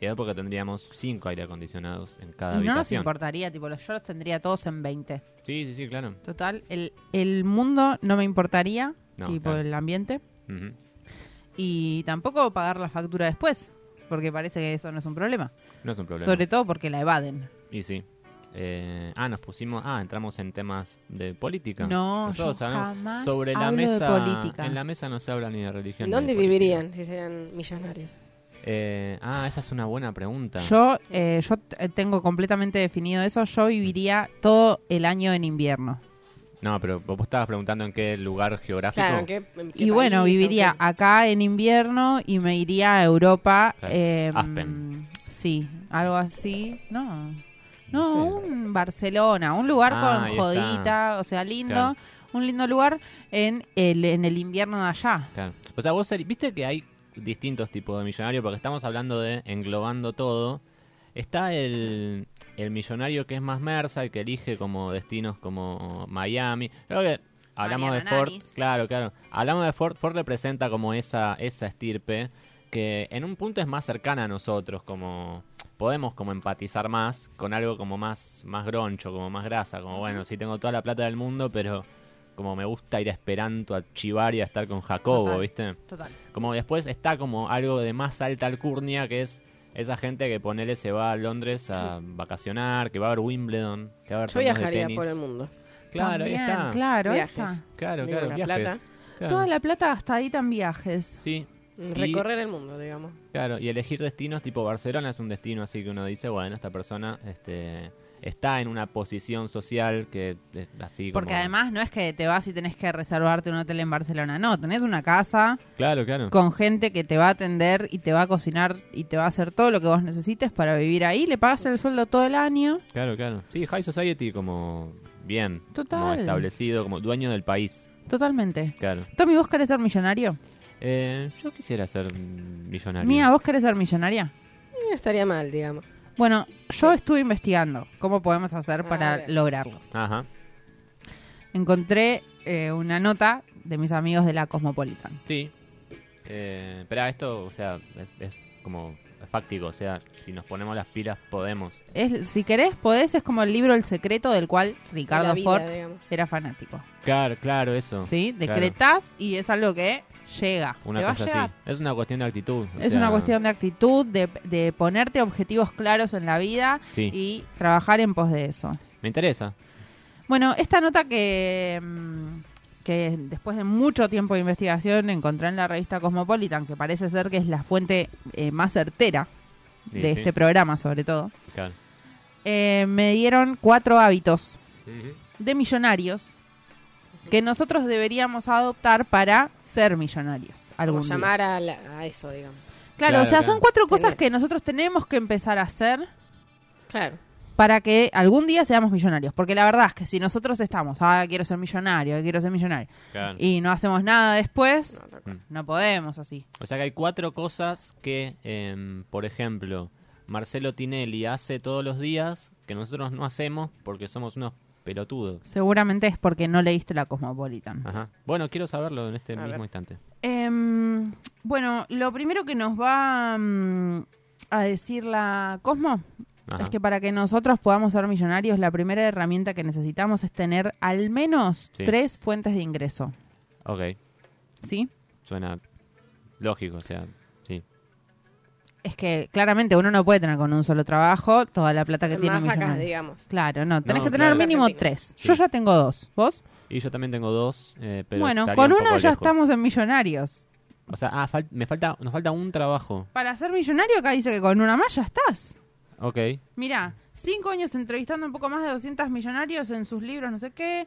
S5: Y además porque tendríamos cinco aire acondicionados en cada
S6: y no nos
S5: habitación.
S6: importaría, tipo, los- yo los tendría todos en 20.
S5: sí, sí, sí, claro.
S6: Total, el, el mundo no me importaría,
S5: No,
S6: tipo,
S5: claro.
S6: el ambiente.
S5: Ujú.
S6: Y tampoco pagar la factura después, porque parece que eso no es un problema.
S5: No es un problema.
S6: Sobre todo porque la evaden.
S5: Y sí. Eh, ah, nos pusimos. Ah, entramos en temas de política.
S6: No,
S5: Nosotros
S6: yo jamás
S5: sobre la
S6: hablo de
S5: mesa.
S6: política.
S5: En la mesa no se habla ni de religión. ni
S7: ¿Dónde
S5: de política.
S7: vivirían si serían millonarios?
S5: Eh, ah, esa es una buena pregunta.
S6: Yo, eh, yo t- tengo completamente definido eso. Yo viviría todo el año en invierno.
S5: No, pero vos estabas preguntando en qué lugar geográfico.
S7: Claro, ¿qué- en qué
S6: Y bueno,
S7: país o
S6: viviría acá en invierno y me iría a Europa.
S5: Claro.
S6: em,
S5: Aspen.
S6: Sí, algo así. No. No,
S5: No
S6: un Barcelona, un lugar
S5: Ah, ahí
S6: con
S5: está.
S6: jodita, o sea, lindo.
S5: Claro.
S6: Un lindo lugar en el, en el invierno de allá.
S5: Claro. O sea, vos seri- viste que hay distintos tipos de millonario, porque estamos hablando de englobando todo. Está el, el millonario que es más mersa, el que elige como destinos como Miami. Creo que hablamos
S13: Mariana
S5: de Ford.
S13: Nanis.
S5: Claro, claro. Hablamos de Ford. Ford representa como esa, esa estirpe que en un punto es más cercana a nosotros, como podemos como empatizar más con algo como más, más groncho, como más grasa, como bueno, sí tengo toda la plata del mundo, pero como me gusta ir a Esperanto, a chivar y a estar con Jacobo,
S6: Total,
S5: ¿viste?
S6: total.
S5: Como después está como algo de más alta alcurnia, que es esa gente que ponele se va a Londres a vacacionar, que va a ver Wimbledon, que va a ver
S7: Yo
S5: torneos de
S7: viajaría
S5: tenis.
S7: por el mundo.
S5: Claro, ahí
S6: También,
S5: está.
S6: claro, Ah. ahí
S7: Viajes.
S6: está.
S5: Claro,
S7: Digo, la
S5: claro, viajes.
S7: plata.
S5: Claro.
S6: Toda la plata gastadita en viajes.
S5: Sí. Y-
S7: Recorrer el mundo, digamos.
S5: Claro, y elegir destinos tipo Barcelona es un destino así que uno dice, bueno, esta persona este, está en una posición social que eh, así
S6: Porque
S5: como-
S6: además no es que te vas y tenés que reservarte un hotel en Barcelona. No, tenés una casa
S5: Claro, claro.
S6: con gente que te va a atender y te va a cocinar y te va a hacer todo lo que vos necesites para vivir ahí. Le pagas el sueldo todo el año.
S5: Claro, claro. Sí, High Society como bien. Como
S6: Total.
S5: establecido, como dueño del país.
S6: Totalmente.
S5: Claro.
S6: Tommy, ¿vos querés ser millonario?
S5: Eh, yo quisiera ser mm, millonario.
S6: Mía, ¿vos querés ser millonaria?
S7: No estaría mal, digamos.
S6: Bueno, yo estuve investigando cómo podemos hacer
S5: Ah,
S7: a
S6: para
S7: ver.
S6: lograrlo.
S5: Ajá.
S6: Encontré eh, una nota de mis amigos de la Cosmopolitan.
S5: Sí. Eh, pero esto, o sea, es, es como fáctico. O sea, si nos ponemos las pilas, podemos.
S6: Es, si querés, podés, es como el libro El Secreto del cual Ricardo
S5: La vida,
S6: Ford
S5: digamos.
S6: era fanático.
S5: Claro, claro, eso.
S6: ¿Sí?
S5: Ah, Claro.
S6: Decretás y es algo que llega.
S5: Una
S6: te va a
S5: cosa
S6: llegar.
S5: así. Es una cuestión de actitud. o
S6: Es
S5: sea,
S6: una cuestión de actitud, de, de ponerte objetivos claros en la vida
S5: Sí.
S6: y trabajar en pos de eso.
S5: Me interesa.
S6: Bueno, esta nota que, mm, que después de mucho tiempo de investigación encontré en la revista Cosmopolitan, que parece ser que es la fuente eh, más certera
S5: Sí,
S6: de
S5: sí.
S6: este programa sobre todo,
S5: Claro.
S6: eh, me dieron cuatro hábitos
S5: Ujú.
S6: de millonarios que nosotros deberíamos adoptar para ser millonarios
S7: Como
S6: algún día.
S7: llamar a, la- a eso, digamos.
S6: Claro, o sea, son cuatro cosas
S7: Tener.
S6: que nosotros tenemos que empezar a hacer
S7: Claro.
S6: para que algún día seamos millonarios. Porque la verdad es que si nosotros estamos, ah, quiero ser millonario, ah, quiero ser millonario,
S5: Claro.
S6: y no hacemos nada después,
S5: cual.
S6: no podemos así.
S5: O sea que hay cuatro cosas que, em, por ejemplo, Marcelo Tinelli hace todos los días que nosotros no hacemos porque somos unos pelotudos.
S6: Seguramente es porque no leíste la Cosmopolitan.
S5: Ajá. Bueno, quiero saberlo en este mismo
S6: ver.
S5: instante.
S6: Em, bueno, lo primero que nos va mm, a decir la Cosmo
S5: Ajá.
S6: es que para que nosotros podamos ser millonarios, la primera herramienta que necesitamos es tener al menos
S5: Sí.
S6: tres fuentes de ingreso.
S5: Ok,
S6: ¿Sí?
S5: suena lógico, o sea, sí.
S6: Es que claramente uno no puede tener con un solo trabajo toda la plata que
S7: Más
S6: tiene
S7: acá,
S6: millonario.
S7: digamos.
S6: Claro, no, tenés
S5: No,
S6: que tener
S5: claro.
S6: mínimo
S5: Argentina.
S6: tres. Yo ya tengo dos. ¿Vos?
S5: Y yo también tengo dos, eh, pero
S6: bueno,
S5: estaría
S6: con
S5: un
S6: uno
S5: poco
S6: ya
S5: lejos.
S6: estamos en millonarios.
S5: O sea, ah, fal- me falta, nos falta un trabajo.
S6: Para ser millonario acá dice que con una más ya estás.
S5: Ok.
S6: Mirá, cinco años entrevistando un poco más de 200 millonarios en sus libros, no sé qué.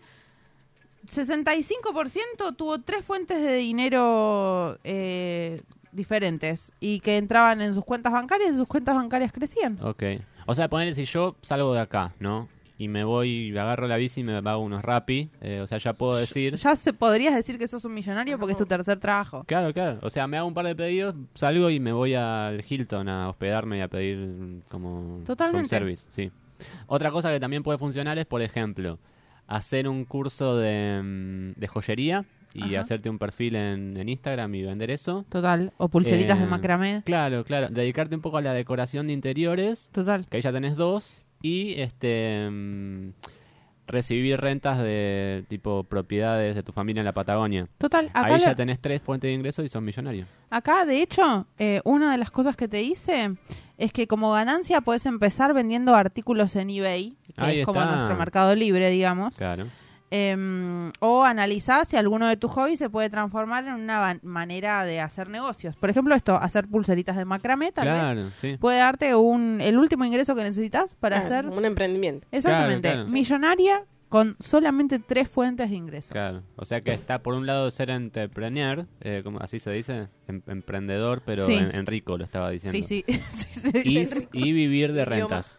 S6: 65% tuvo tres fuentes de dinero eh, diferentes y que entraban en sus cuentas bancarias y sus cuentas bancarias crecían.
S5: Ok. O sea, ponerle si yo salgo de acá, ¿no? Y me voy, agarro la bici y me pago unos rapi. eh, o sea, ya puedo decir.
S6: Ya se podrías decir que sos un millonario porque es tu tercer trabajo.
S5: Claro, claro. O sea, me hago un par de pedidos, salgo y me voy al Hilton a hospedarme y a pedir mm, como
S6: Totalmente.
S5: room service, sí. Otra cosa que también puede funcionar es, por ejemplo, hacer un curso de, mm, de joyería y
S6: Ajá.
S5: hacerte un perfil en, en Instagram y vender eso.
S6: Total, o pulseritas de
S5: Eh,
S6: macramé.
S5: Claro, claro. Dedicarte un poco a la decoración de interiores.
S6: Total.
S5: Que ahí ya tenés dos. Y este mm, recibir rentas de tipo propiedades de tu familia en la Patagonia.
S6: Total, acá
S5: ahí
S6: lo-
S5: ya tenés tres fuentes de ingreso y sos millonario.
S6: Acá, de hecho, eh, una de las cosas que te hice es que como ganancia puedes empezar vendiendo artículos en eBay, que
S5: Ahí
S6: es como
S5: está.
S6: nuestro mercado libre, digamos.
S5: Claro.
S6: Em, o analizar si alguno de tus hobbies se puede transformar en una ban- manera de hacer negocios. Por ejemplo, esto, hacer pulseritas de macramé, tal
S5: claro,
S6: vez.
S5: sí.
S6: Puede darte un, el último ingreso que necesitas para
S7: Claro,
S6: hacer...
S7: como un emprendimiento.
S6: Exactamente.
S5: Claro, claro.
S6: Millonaria con solamente tres fuentes de ingreso.
S5: Claro. O sea que está por un lado ser entrepreneur, eh, como así se dice, Em- emprendedor, pero
S6: Sí.
S5: en, en rico lo estaba diciendo.
S6: Sí, sí. (laughs) Sí, sí,
S5: Y,
S6: en rico.
S5: y vivir de
S6: Idioma.
S5: rentas.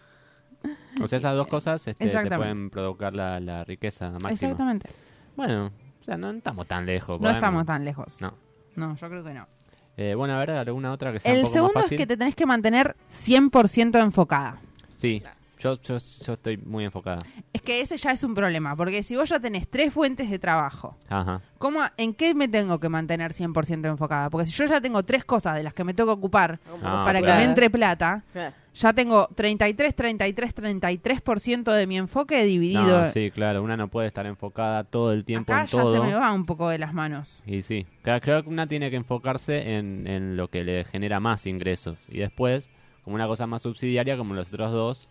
S5: O sea, esas dos cosas este, te
S6: Exactamente.
S5: pueden provocar la, la riqueza máxima.
S6: Exactamente.
S5: Bueno, o sea, no estamos tan lejos.
S6: No
S5: podemos.
S6: estamos tan lejos.
S5: No.
S6: No, yo creo que no.
S5: Eh, bueno, a ver, alguna otra que sea un
S6: El
S5: poco
S6: segundo
S5: más
S6: es
S5: fácil.
S6: que te tenés que mantener 100% enfocada.
S5: Sí, yo, yo, yo estoy muy enfocada.
S6: Es que ese ya es un problema, porque si vos ya tenés tres fuentes de trabajo,
S5: Ajá.
S6: ¿cómo, ¿en qué me tengo que mantener 100% enfocada? Porque si yo ya tengo tres cosas de las que me tengo que ocupar
S5: Ah,
S6: para que
S5: claro.
S6: me entre plata,
S7: Claro.
S6: ya tengo 33, 33, 33% de mi enfoque dividido.
S5: No, sí, claro, una no puede estar enfocada todo el tiempo
S6: Acá
S5: en
S6: ya
S5: todo.
S6: se me va un poco de las manos.
S5: Y sí, Claro, creo que una tiene que enfocarse en, en lo que le genera más ingresos. Y después, como una cosa más subsidiaria, como los otros dos,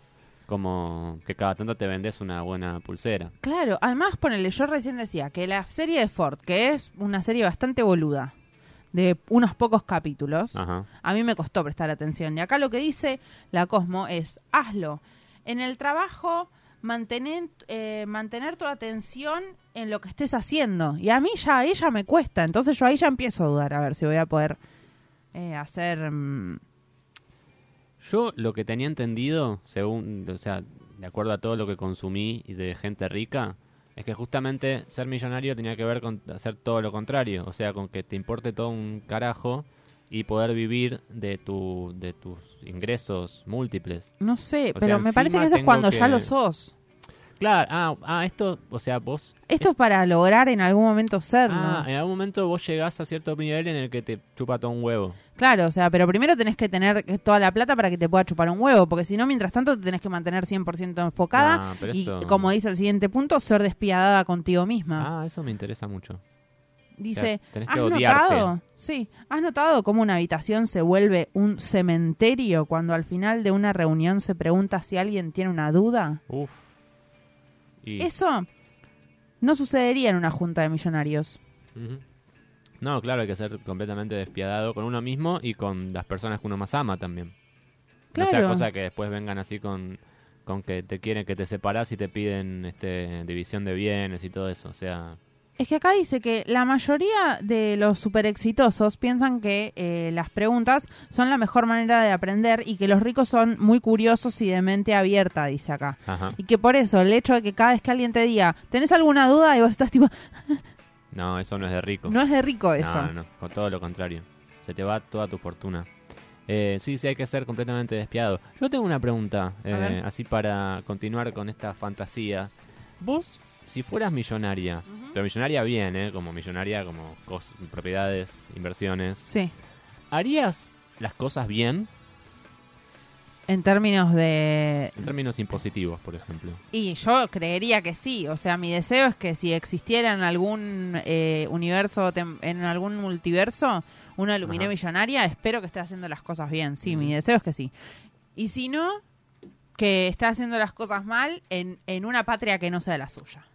S5: como que cada tanto te vendes una buena pulsera.
S6: Claro, además, ponele, yo recién decía que la serie de Ford, que es una serie bastante boluda, de unos pocos capítulos,
S5: Ajá.
S6: a mí me costó prestar atención. Y acá lo que dice la Cosmo es, hazlo. En el trabajo, mantener, eh, mantener tu atención en lo que estés haciendo. Y a mí ya, a ella me cuesta. Entonces yo ahí ya empiezo a dudar a ver si voy a poder eh, hacer... mm,
S5: Yo lo que tenía entendido, según, o sea, de acuerdo a todo lo que consumí y de gente rica, es que justamente ser millonario tenía que ver con hacer todo lo contrario, o sea, con que te importe todo un carajo y poder vivir de tu de tus ingresos múltiples.
S6: No sé,
S5: O sea,
S6: pero me parece
S5: encima
S6: que eso es
S5: tengo
S6: cuando ya
S5: que-
S6: lo sos.
S5: Claro, ah, ah, esto, o sea, vos
S6: Esto es para lograr en algún momento serlo.
S5: Ah, en algún momento vos llegás a cierto nivel en el que te chupa todo un huevo.
S6: Claro, o sea, pero primero tenés que tener toda la plata para que te pueda chupar un huevo, porque si no, mientras tanto te tenés que mantener 100% enfocada
S5: Ah, pero
S6: y,
S5: eso-
S6: como dice el siguiente punto, ser despiadada contigo misma.
S5: Ah, eso me interesa mucho.
S6: dice,
S5: o sea, tenés que
S6: ¿has
S5: odiarte".
S6: notado? Sí, ¿has notado cómo una habitación se vuelve un cementerio cuando al final de una reunión se pregunta si alguien tiene una duda?
S5: Uf. Y-
S6: Eso no sucedería en una junta de millonarios.
S5: Ujú. No, claro, hay que ser completamente despiadado con uno mismo y con las personas que uno más ama también. No sea
S6: Claro.
S5: cosa que después vengan así con, con que te quieren que te separás y te piden este, división de bienes y todo eso. O sea,
S6: Es que acá dice que la mayoría de los super exitosos piensan que eh, las preguntas son la mejor manera de aprender y que los ricos son muy curiosos y de mente abierta, dice acá.
S5: ajá.
S6: Y que por eso el hecho de que cada vez que alguien te diga, ¿tenés alguna duda? Y vos estás tipo,
S5: No, eso no es de rico.
S6: No es de rico
S5: No,
S6: eso.
S5: No, no, con todo lo contrario. Se te va toda tu fortuna. Eh, sí, sí, hay que ser completamente despiado. Yo tengo una pregunta, eh,
S10: ver.
S5: así para continuar con esta fantasía. Vos, si fueras millonaria, pero millonaria bien, ¿eh? Como millonaria, como cos- propiedades, inversiones.
S6: Sí.
S5: ¿Harías las cosas bien?
S6: En términos de...
S5: En términos impositivos, por ejemplo.
S6: Y yo creería que sí, o sea, mi deseo es que si existiera en algún eh, universo, tem- en algún multiverso, una Lumine
S5: Ajá. Mm.
S6: millonaria, espero que esté haciendo las cosas bien, sí, mi deseo es que sí. Y si no, que esté haciendo las cosas mal en, en una patria que no sea la suya.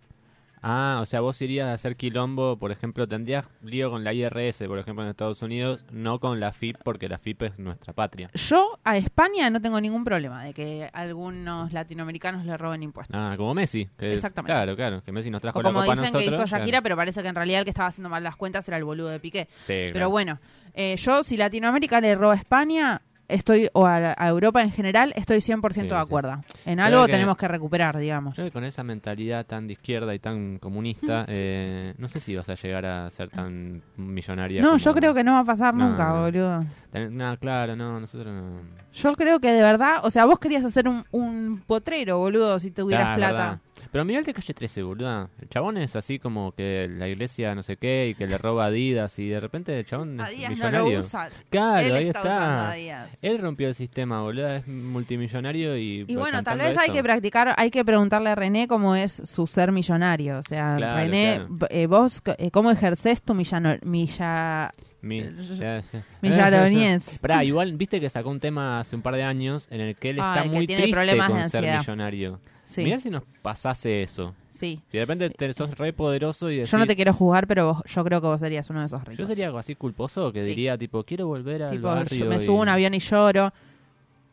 S5: Ah, o sea, vos irías a hacer quilombo, por ejemplo, tendrías lío con la IRS, por ejemplo, en Estados Unidos, no con la FIP, porque la FIP es nuestra patria.
S6: Yo a España no tengo ningún problema de que algunos latinoamericanos le roben impuestos.
S5: Ah, como Messi. que-
S6: Exactamente.
S5: Claro, claro, que Messi nos trajo
S6: o
S5: la
S6: como
S5: copa a
S6: dicen que hizo
S5: nosotros,
S6: Shakira,
S5: claro.
S6: pero parece que en realidad el que estaba haciendo mal las cuentas era el boludo de Piqué.
S5: Sí,
S6: Pero
S5: claro.
S6: bueno, eh, yo si Latinoamérica le roba a España, estoy o a, a Europa en general, estoy 100%
S5: Sí,
S6: de
S5: sí.
S6: acuerdo. En
S5: Creo
S6: algo
S5: que-
S6: tenemos que recuperar, digamos.
S5: Creo que con esa mentalidad tan de izquierda y tan
S6: (laughs)
S5: comunista, eh, no sé si vas a llegar a ser tan millonaria.
S6: No,
S5: como-
S6: yo creo que no va a pasar
S5: No,
S6: nunca,
S5: no.
S6: boludo.
S5: Ten- No, claro, no, nosotros no.
S6: Yo creo que de verdad, o sea, vos querías hacer un, un potrero, boludo, si tuvieras
S5: Ah, es
S6: plata.
S5: verdad. Pero mirá el de calle 13, boludo. El chabón es así como que la iglesia no sé qué y que le roba a Adidas y de repente el chabón es
S6: Adidas no lo
S5: millonario.
S6: usa.
S5: Claro,
S6: Él
S5: ahí
S6: está usando Adidas.
S5: Él rompió el sistema, boludo. Es multimillonario y.
S6: Y bueno, tal
S5: cantando
S6: vez hay
S5: eso.
S6: que practicar, hay que preguntarle a René cómo es su ser millonario. O sea,
S5: Claro,
S6: René,
S5: claro.
S6: b- eh, vos, c- eh, ¿cómo ejerces tu millano- milla...
S5: Mi,
S6: Eh,
S5: ya, ya.
S6: Millaroñez.
S5: (laughs) Pará, igual viste que sacó un tema hace un par de años en el que él está
S6: Ay, que
S5: muy
S6: tiene
S5: triste
S6: problemas de
S5: con ser
S6: ansiedad.
S5: millonario.
S6: Sí.
S5: Mirá si nos pasase eso.
S6: Sí.
S5: Y de repente te- sos re poderoso y decís,
S6: Yo no te quiero juzgar, pero vos- yo creo que vos serías uno de esos
S5: Yo
S6: ricos.
S5: sería algo así culposo que
S6: Sí.
S5: diría, tipo, quiero volver al
S6: Tipo,
S5: barrio.
S6: yo me
S5: y-
S6: subo a un avión y lloro.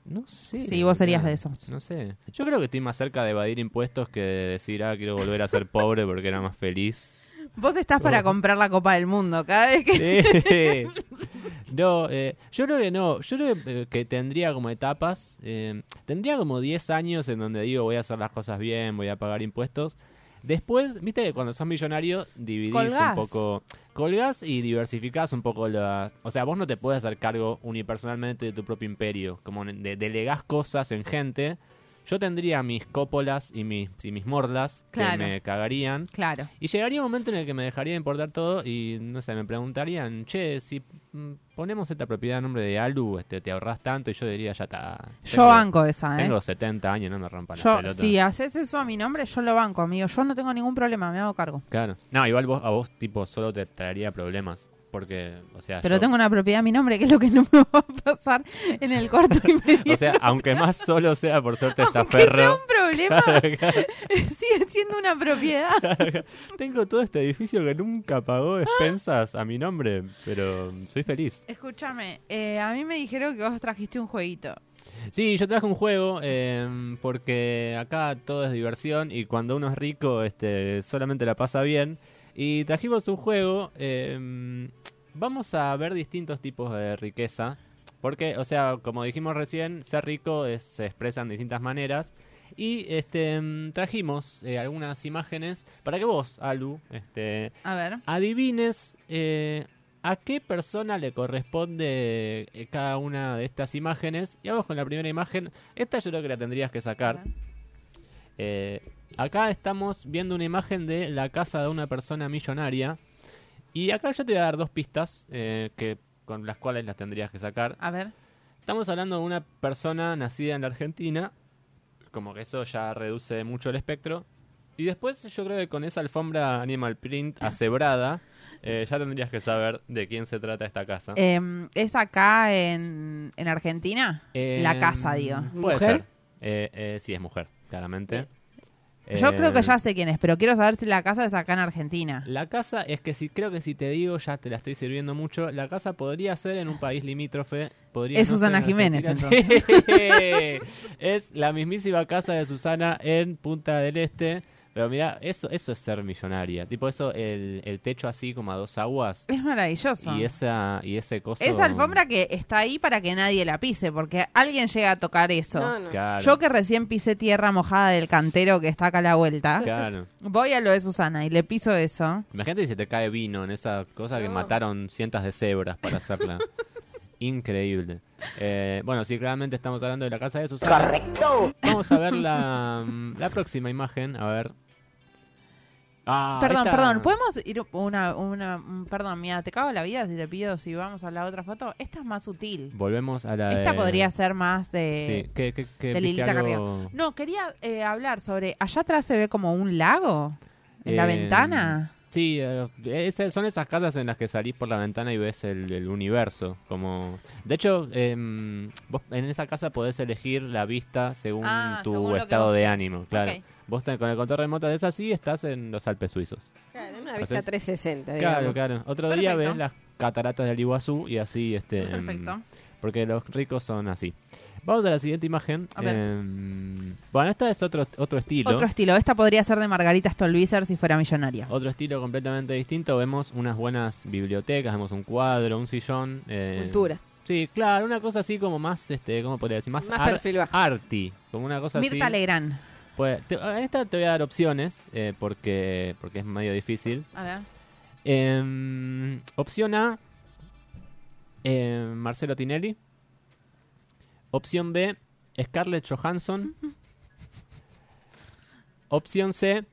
S5: No sé.
S6: Sí, vos serías
S5: claro,
S6: de esos.
S5: No sé. Yo creo que estoy más cerca de evadir impuestos que de decir, ah, quiero volver a ser pobre porque era más feliz.
S6: Vos estás para
S5: Oh.
S6: comprar la Copa del Mundo cada vez que...
S5: Sí. (laughs) No, eh, yo creo que no. Yo creo eh, que tendría como etapas. eh, tendría como 10 años en donde digo voy a hacer las cosas bien, voy a pagar impuestos. Después, viste que cuando sos millonario dividís
S6: Colgás.
S5: un poco. Colgás y diversificás un poco las. O sea, vos no te puedes hacer cargo unipersonalmente de tu propio imperio. Como de- delegás cosas en gente. Yo tendría mis cópolas y mis, y mis morlas
S6: Claro.
S5: que me cagarían.
S6: (laughs) Claro.
S5: Y llegaría un momento en el que me dejaría de importar todo y, no sé, me preguntarían, che, si mm, ponemos esta propiedad a nombre de Alu, este, te ahorras tanto y yo diría, ya está.
S6: Yo banco esa, ¿eh?
S5: Tengo 70 años, no me rompan la
S6: Yo,
S5: pelota.
S6: si haces eso a mi nombre, yo lo banco, amigo. Yo no tengo ningún problema, me hago cargo.
S5: Claro. No, igual vos, a vos, tipo, solo te traería problemas. Porque, o sea,
S6: Pero
S5: yo-
S6: tengo una propiedad a mi nombre, que es lo que no (laughs) me va a pasar en el corto y medio.
S5: (laughs) (laughs) O sea, aunque más solo sea, por suerte está
S6: (laughs) Aunque sea
S5: ferro.
S6: un problema,
S5: (laughs) Claro, claro.
S6: (laughs) sigue siendo una propiedad.
S5: (laughs) Tengo todo este edificio que nunca pagó expensas a mi nombre, pero soy feliz.
S6: Escúchame, eh, a mí me dijeron que vos trajiste un jueguito.
S5: Sí, yo traje un juego eh, porque acá todo es diversión y cuando uno es rico este, solamente la pasa bien. Y trajimos un juego, eh, vamos a ver distintos tipos de riqueza. Porque, o sea, como dijimos recién, ser rico es- se expresa en distintas maneras. Y este, mm, trajimos eh, algunas imágenes para que vos, Alu, este,
S6: A ver.
S5: adivines eh, a qué persona le corresponde eh, cada una de estas imágenes. Y vamos con la primera imagen. Esta yo creo que la tendrías que sacar. Eh, acá estamos viendo una imagen de la casa de una persona millonaria. Y acá yo te voy a dar dos pistas eh, que, con las cuales las tendrías que sacar.
S6: A ver.
S5: Estamos hablando de una persona nacida en la Argentina. Como que eso ya reduce mucho el espectro. Y después yo creo que con esa alfombra Animal Print
S6: (laughs)
S5: acebrada, eh, ya tendrías que saber de quién se trata esta casa.
S6: Em, ¿Es acá en, en Argentina? la
S5: Eh,
S6: casa, digo.
S5: Puede ser. Eh, eh, sí, es mujer, claramente.
S6: Yo creo que
S5: Eh,
S6: ya sé quién es, pero quiero saber si la casa es acá en Argentina.
S5: La casa es que si creo que si te digo ya te la estoy sirviendo mucho. La casa podría ser en un país limítrofe. Podría
S6: Es
S5: no ser en
S6: Susana Jiménez,
S5: Argentina. Sí. (laughs) es la mismísima casa de Susana en Punta del Este. Pero mira, eso eso es ser millonaria. Tipo eso el, el techo así como a dos aguas
S6: Es maravilloso.
S5: y esa y ese coso.
S6: Esa alfombra que está ahí para que nadie la pise, porque alguien llega a tocar eso.
S5: No, no. Claro.
S6: Yo que recién pisé tierra mojada del cantero que está acá a la vuelta,
S5: Claro. Ah,
S6: voy a lo de Susana y le piso eso.
S5: Imagínate si se te cae vino en esa cosa que mataron cientos de cebras para
S6: (laughs)
S5: hacerla. Increíble. Eh, bueno, sí, claramente estamos hablando de la casa de Susana. Vamos a ver la, mm, la próxima imagen, a ver. Ah,
S6: perdón,
S5: esta-
S6: perdón, ¿podemos ir una, una... mm, Perdón, mira, te cago en la vida si te pido si vamos a la otra foto. Esta es más sutil.
S5: Volvemos a la.
S6: Esta
S5: de-
S6: podría ser más de...
S5: Sí, ¿qué- qué- qué- viste
S6: de Lilita
S5: algo?
S6: Carrión. No, quería eh, hablar sobre... Allá atrás se ve como un lago en la
S5: Eh,
S6: ventana.
S5: Sí, eh, ese- son esas casas en las que salís por la ventana y ves el, el universo. como De hecho, em, vos en esa casa podés elegir la vista según
S6: Ah,
S5: tu
S6: según lo que
S5: estado
S6: vos
S5: de
S6: quieras.
S5: ánimo. Claro.
S6: Ok.
S5: Vos tenés- con el control remoto de esa sí estás en los Alpes suizos.
S7: Claro, una
S5: Haces-
S7: vista 360.
S5: Claro,
S7: Eh, digamos.
S5: claro. Otro día
S7: Perfecto.
S5: ves las cataratas del Iguazú y así, este, em,
S7: Perfecto.
S5: porque los ricos son así. Vamos a la siguiente imagen.
S6: A ver.
S5: Em, bueno, esta es otro otro estilo.
S6: Otro estilo. Esta podría ser de Margarita Stolbizer si fuera millonaria.
S5: Otro estilo completamente distinto. Vemos unas buenas bibliotecas, vemos un cuadro, un sillón. eh,
S6: Cultura.
S5: Sí, claro, una cosa así como más, este, ¿cómo podría decir? Más,
S6: Más
S5: perfil arty, como una cosa
S6: Mirta
S5: así.
S6: Legrand.
S5: Pues, te- en esta te voy a dar opciones eh, porque, porque es medio difícil.
S6: A ver.
S5: Em, opción A, em, Marcelo Tinelli. Opción B, Scarlett Johansson. Opción C,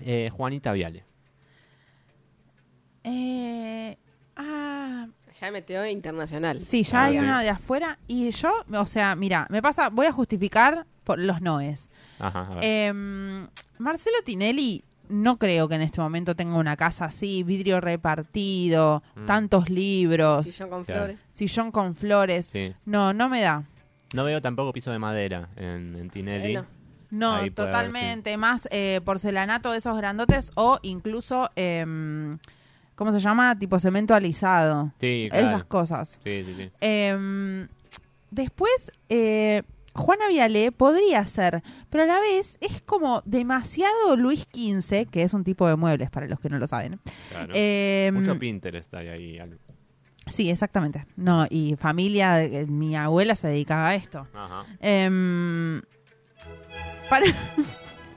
S5: eh, Juanita Viale.
S6: Eh, ah,
S7: Ya metió internacional.
S6: Sí, ya hay una de afuera. Y yo, o sea, mira, me pasa, voy a justificar por los noes.
S5: Ajá, a ver.
S6: Em, Marcelo Tinelli no creo que en este momento tenga una casa así, vidrio repartido,
S5: Mm.
S6: tantos libros.
S7: Sillón con
S5: Claro. flores.
S6: Sillón con flores.
S5: Sí.
S6: No, no me da.
S5: No veo tampoco piso de madera en, en Tinelli.
S6: Eh, No,
S5: Ahí puede haber, sí.
S6: totalmente. Más eh, porcelanato de esos grandotes o incluso, em, ¿cómo se llama? Tipo cemento alisado.
S5: Sí, claro.
S6: Esas cosas.
S5: Sí, sí, sí.
S6: Em, después, eh, Juana Viale podría ser, pero a la vez es como demasiado Luis XV, que es un tipo de muebles para los que no lo saben.
S5: Claro.
S6: Em,
S5: Mucho Pinterest hay ahí. Alu.
S6: Sí, exactamente. No, y familia, eh, mi abuela se dedicaba a esto.
S5: Ajá.
S6: Em, para, (laughs)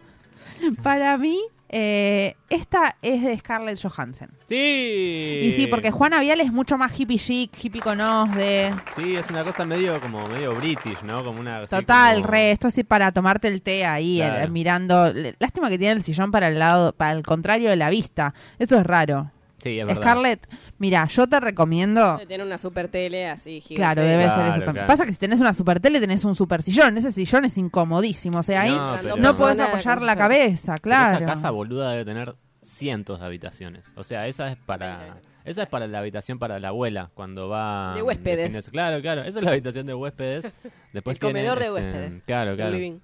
S6: para mí, eh, esta es de Scarlett Johansson.
S5: Sí.
S6: Y
S5: Eh.
S6: sí, porque Juana Viale es mucho más hippie chic, hippie con os de...
S5: Sí, es una cosa medio como medio british, ¿no? Como una así
S6: Total,
S5: como-
S6: re, esto sí para tomarte el té ahí,
S5: Claro.
S6: el- mirando. L- Lástima que tiene el sillón para el lado, para el contrario de la vista. Eso es raro.
S5: Sí, es verdad.
S6: Scarlett, mira, yo te recomiendo.
S7: Tiene una super tele así gigante.
S6: Claro, debe ser eso también.
S5: claro.
S6: Pasa que si tenés una super tele, tenés un super sillón. Ese sillón es incomodísimo. O sea, ahí
S5: No,
S6: no,
S5: pero-
S6: podés
S5: Persona,
S6: apoyar
S5: con
S6: la
S5: sillón.
S6: cabeza,
S5: Pero
S6: claro.
S5: Esa casa boluda debe tener cientos de habitaciones. O sea, esa es para esa es para la habitación para la abuela cuando va
S7: De huéspedes.
S5: fines- Claro, claro, esa es la habitación
S7: (laughs)
S5: de huéspedes. Después
S7: El comedor
S5: tiene,
S7: de
S5: este,
S7: huéspedes.
S5: Claro, claro.
S7: Living.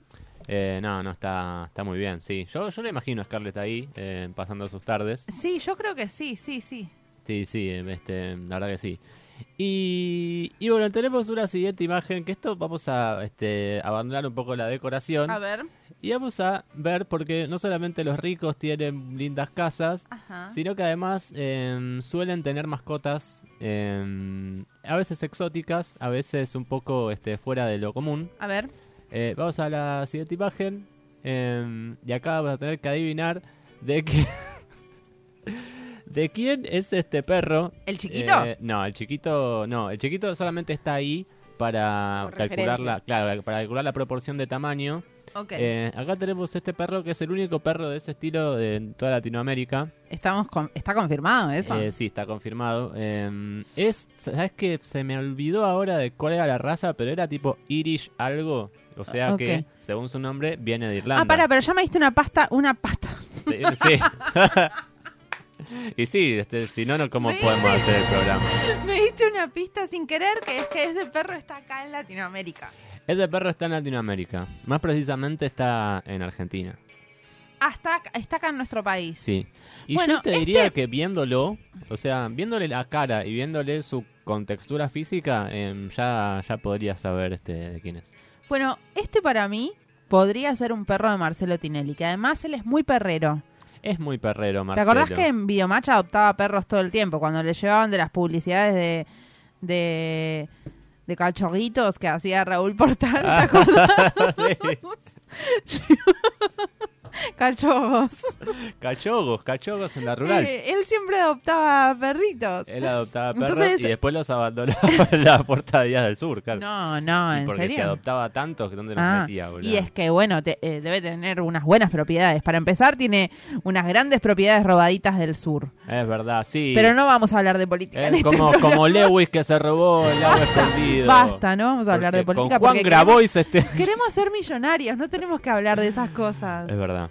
S5: Eh, no, no está está muy bien, sí. Yo yo le imagino a Scarlett ahí eh, pasando sus tardes.
S6: Sí, yo creo que sí, sí, sí.
S5: Sí, sí, em, este, la verdad que sí. Y, y bueno, tenemos una siguiente imagen que esto vamos a este, abandonar un poco la decoración.
S6: A ver.
S5: Y vamos a ver porque no solamente los ricos tienen lindas casas,
S6: Ajá.
S5: sino que además em, suelen tener mascotas, em, a veces exóticas, a veces un poco este, fuera de lo común.
S6: A ver.
S5: Eh, vamos a la siguiente imagen. em, y acá vas a tener que adivinar de qué. (laughs) ¿De quién es este perro?
S6: ¿El chiquito?
S5: Eh, no, el chiquito. No, el chiquito solamente está ahí para
S6: Como
S5: calcular
S6: referencia.
S5: la. Claro, para calcular la proporción de tamaño.
S6: Ok.
S5: Eh, acá tenemos este perro que es el único perro de ese estilo de en toda Latinoamérica.
S6: Estamos con- está confirmado eso. Ah,
S5: Eh, sí, está confirmado. Eh, es, ¿sabes qué? Se me olvidó ahora de cuál era la raza, pero era tipo Irish algo. O sea
S6: Ah, Ok.
S5: que, según su nombre, viene de Irlanda.
S6: ah, pará, pero ya me diste una pasta, una pasta.
S5: Sí. (laughs) sí. y sí, este, si no, no, ¿cómo
S6: Me-
S5: podemos hacer el programa?
S6: (laughs) Me diste una pista sin querer que es que ese perro está acá en Latinoamérica.
S5: Ese perro está en Latinoamérica. Más precisamente está en Argentina.
S6: Hasta acá- está acá en nuestro país.
S5: Sí. Y
S6: Bueno,
S5: yo te
S6: este-
S5: diría que viéndolo, o sea, viéndole la cara y viéndole su contextura física, em, ya, ya podrías saber este, de quién es.
S6: Bueno, este para mí podría ser un perro de Marcelo Tinelli, que además él es muy perrero.
S5: Es muy perrero,
S6: ¿Te
S5: Marcelo.
S6: acordás que en Videomatch adoptaba perros todo el tiempo? Cuando le llevaban de las publicidades de, de, de cachorritos
S5: Ah. (laughs)
S6: (laughs) que hacía Raúl Portal, ¿te acordás? Cachogos.
S5: Cachogos, cachogos en la rural.
S6: Eh, él siempre adoptaba perritos.
S5: Él adoptaba perros
S6: Entonces-
S5: y después los abandonaba (laughs) en la puerta de Días del Sur, claro.
S6: No, no,
S5: Y
S6: ¿en
S5: porque
S6: serio?
S5: se adoptaba tantos que dónde los
S6: Ah,
S5: metía, boludo.
S6: y es que, bueno, te- eh, debe tener unas buenas propiedades. Para empezar, tiene unas grandes propiedades robaditas del sur.
S5: Es verdad, sí.
S6: Pero no vamos a hablar de política. en
S5: Es
S6: este
S5: como,
S6: programa.
S5: como Lewis que se robó el agua escondido.
S6: (laughs) Basta, no vamos a hablar de
S5: Porque
S6: política.
S5: Con Juan
S6: porque
S5: Grabois este.
S6: (laughs) queremos, queremos ser millonarios, no tenemos que hablar de esas cosas.
S5: Es verdad.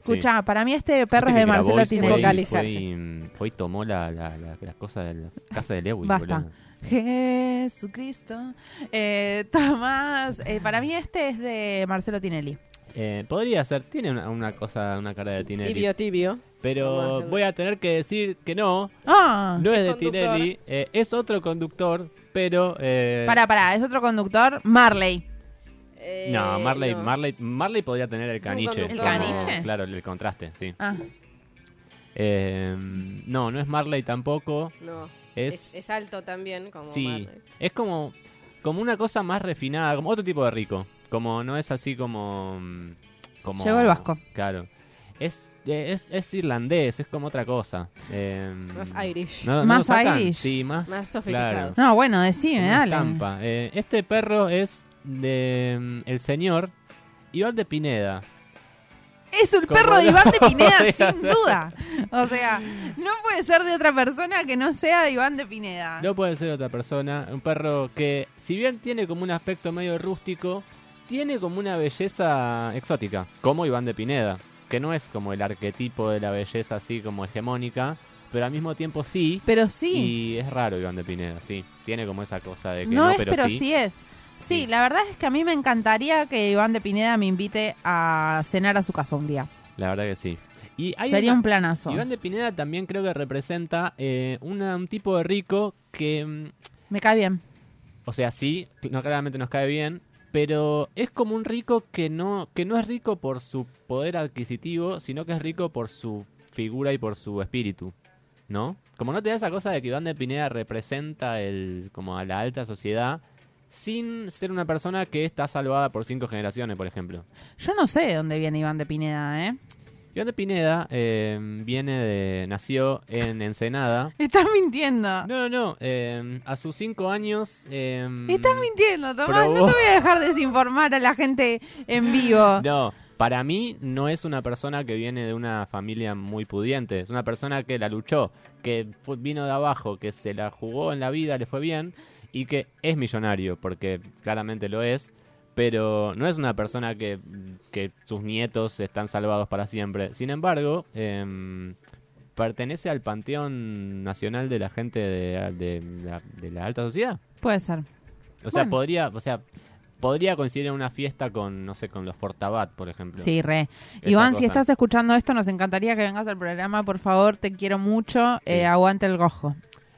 S6: Escuchá, para mí este perro es
S5: Viste
S6: de
S5: que
S6: Marcelo
S5: Grabois
S6: Tinelli.
S5: fue y- Fue, y, mm, fue y tomó la, la, la- la cosa de la casa de Lewis.
S6: Basta.
S5: boludo.
S6: Jesucristo. Eh, Tomás, eh, para mí este es de Marcelo Tinelli.
S5: Eh, podría ser, tiene una, una cosa, una cara de Tinelli.
S7: Tibio, tibio. Vamos a
S5: Pero
S7: hacer-
S5: voy a tener que decir que no.
S6: Ah.
S5: no es de
S6: Conductor.
S5: Tinelli, eh, es otro conductor, pero... Eh,
S6: Pará, pará, es otro conductor, Marley.
S5: No,
S7: Eh,
S5: Marley, Marley, Marley podría tener el caniche.
S6: conductor.
S5: como-
S6: ¿El caniche?
S5: Claro, el contraste, sí.
S6: Ah.
S5: Eh, no, no es Marley tampoco.
S7: No.
S5: Es-
S7: Es, es alto también, como eh.
S5: sí,
S7: Marley.
S5: es como, como una cosa más refinada, como otro tipo de rico. Como no es así como... mm, como
S6: Llegó el vasco.
S5: Claro. Es, eh, es, es irlandés, es como otra cosa. Eh,
S7: Más Irish.
S5: no- no lo
S6: Más
S5: sacan.
S6: Irish.
S5: Sí, más,
S7: Más sofisticado.
S5: claro.
S6: No, bueno, decime,
S5: Una
S6: dale.
S5: estampa. Eh, este perro es de mm, el señor Iván de Pineda.
S6: Es un
S5: Como
S6: perro de
S5: no (laughs)
S6: Iván de Pineda,
S5: podía
S6: sin
S5: ser.
S6: duda. O sea, no puede ser de otra persona que no sea de Iván de Pineda.
S5: No puede ser otra persona. Un perro que, si bien tiene como un aspecto medio rústico, tiene como una belleza exótica. Como Iván de Pineda. Que no es como el arquetipo de la belleza así como hegemónica. Pero al mismo tiempo sí.
S6: Pero sí.
S5: Y es raro Iván de Pineda, sí. Tiene como esa cosa de que
S6: No
S5: no,
S6: es, pero, sí. es. Sí, la verdad es que a mí me encantaría que Iván de Pineda me invite a cenar a su casa un día.
S5: La verdad que sí. Y hay
S6: Sería
S5: una-
S6: un planazo.
S5: Iván de Pineda también creo que representa eh, una- un tipo de rico que, mm,
S6: Me cae bien.
S5: o sea, sí, no claramente nos cae bien, pero es como un rico que no, que no es rico por su poder adquisitivo, sino que es rico por su figura y por su espíritu, ¿no? Como no te da esa cosa de que Iván de Pineda representa el, como a la alta sociedad, sin ser una persona que está salvada por cinco generaciones, por ejemplo.
S6: Yo no sé de dónde viene Iván de Pineda, ¿eh?
S5: Iván de Pineda eh, viene de, nació en Ensenada.
S6: Estás mintiendo.
S5: No, no, eh, a sus cinco años... eh,
S6: Estás mintiendo, Tomás.
S5: Probó.
S6: No te voy a dejar desinformar a la gente en vivo.
S5: (laughs) No, para mí no es una persona que viene de una familia muy pudiente. Es una persona que la luchó, que fu- vino de abajo, que se la jugó en la vida, le fue bien y que es millonario, porque claramente lo es. Pero no es una persona que, que sus nietos están salvados para siempre. Sin embargo, em, pertenece al Panteón Nacional de la Gente de- de la- de la Alta Sociedad.
S6: Puede ser.
S5: O sea,
S6: Bueno.
S5: podría, o sea, podría coincidir en una fiesta con, no sé, con los Fortabat, por ejemplo.
S6: Sí, re.
S5: Esa
S6: Iván,
S5: cosa.
S6: si estás escuchando esto, nos encantaría que vengas al programa, por favor, te quiero mucho, Eh, aguante el gojo.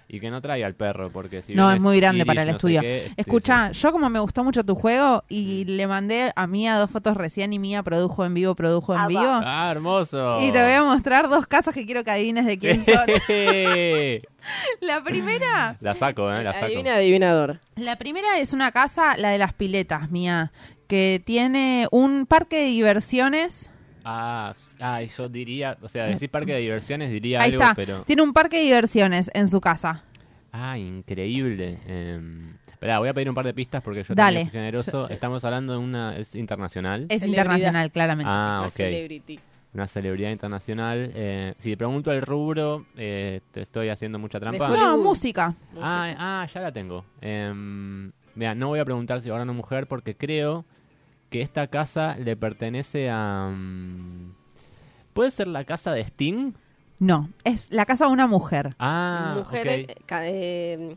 S5: Y que no traiga al perro, porque si
S6: no,
S5: bien
S6: es muy grande
S5: Irish,
S6: para el
S5: no sé
S6: estudio.
S5: qué, Mm. este,
S6: Escucha, yo como me gustó mucho tu juego y le mandé a Mía dos fotos recién y Mía produjo en vivo, produjo en vivo.
S5: Ah, hermoso.
S6: Y te voy a mostrar dos casas que quiero que adivines
S5: (laughs)
S6: de quién son. la primera,
S5: La saco, ¿eh? La saco.
S7: Adivina, adivinador.
S6: la primera es una casa, la de las piletas, Mía, que tiene un parque de diversiones.
S5: Ah, s- ay, yo diría, o sea, decir parque de diversiones diría
S6: Ahí
S5: algo,
S6: está.
S5: pero...
S6: Tiene un parque de diversiones en su casa.
S5: Ah, increíble. Eh, esperá, voy a pedir un par de pistas porque yo
S6: Dale.
S5: también soy generoso. Estamos hablando de una... ¿Es internacional?
S6: Es internacional, claramente.
S5: Ah,
S7: Una
S5: ok.
S7: celebrity.
S5: Una celebridad internacional. Eh, si pregunto el rubro, eh, te estoy haciendo mucha trampa.
S6: No, música.
S5: Ah, ah, ya la tengo. Em, Mira, no voy a preguntar si ahora una mujer porque creo que esta casa le pertenece a... mm, ¿Puede ser la casa de Sting?
S6: No, es la casa de una mujer.
S5: Ah,
S7: Mujer
S5: ok.
S7: eh, ca- eh,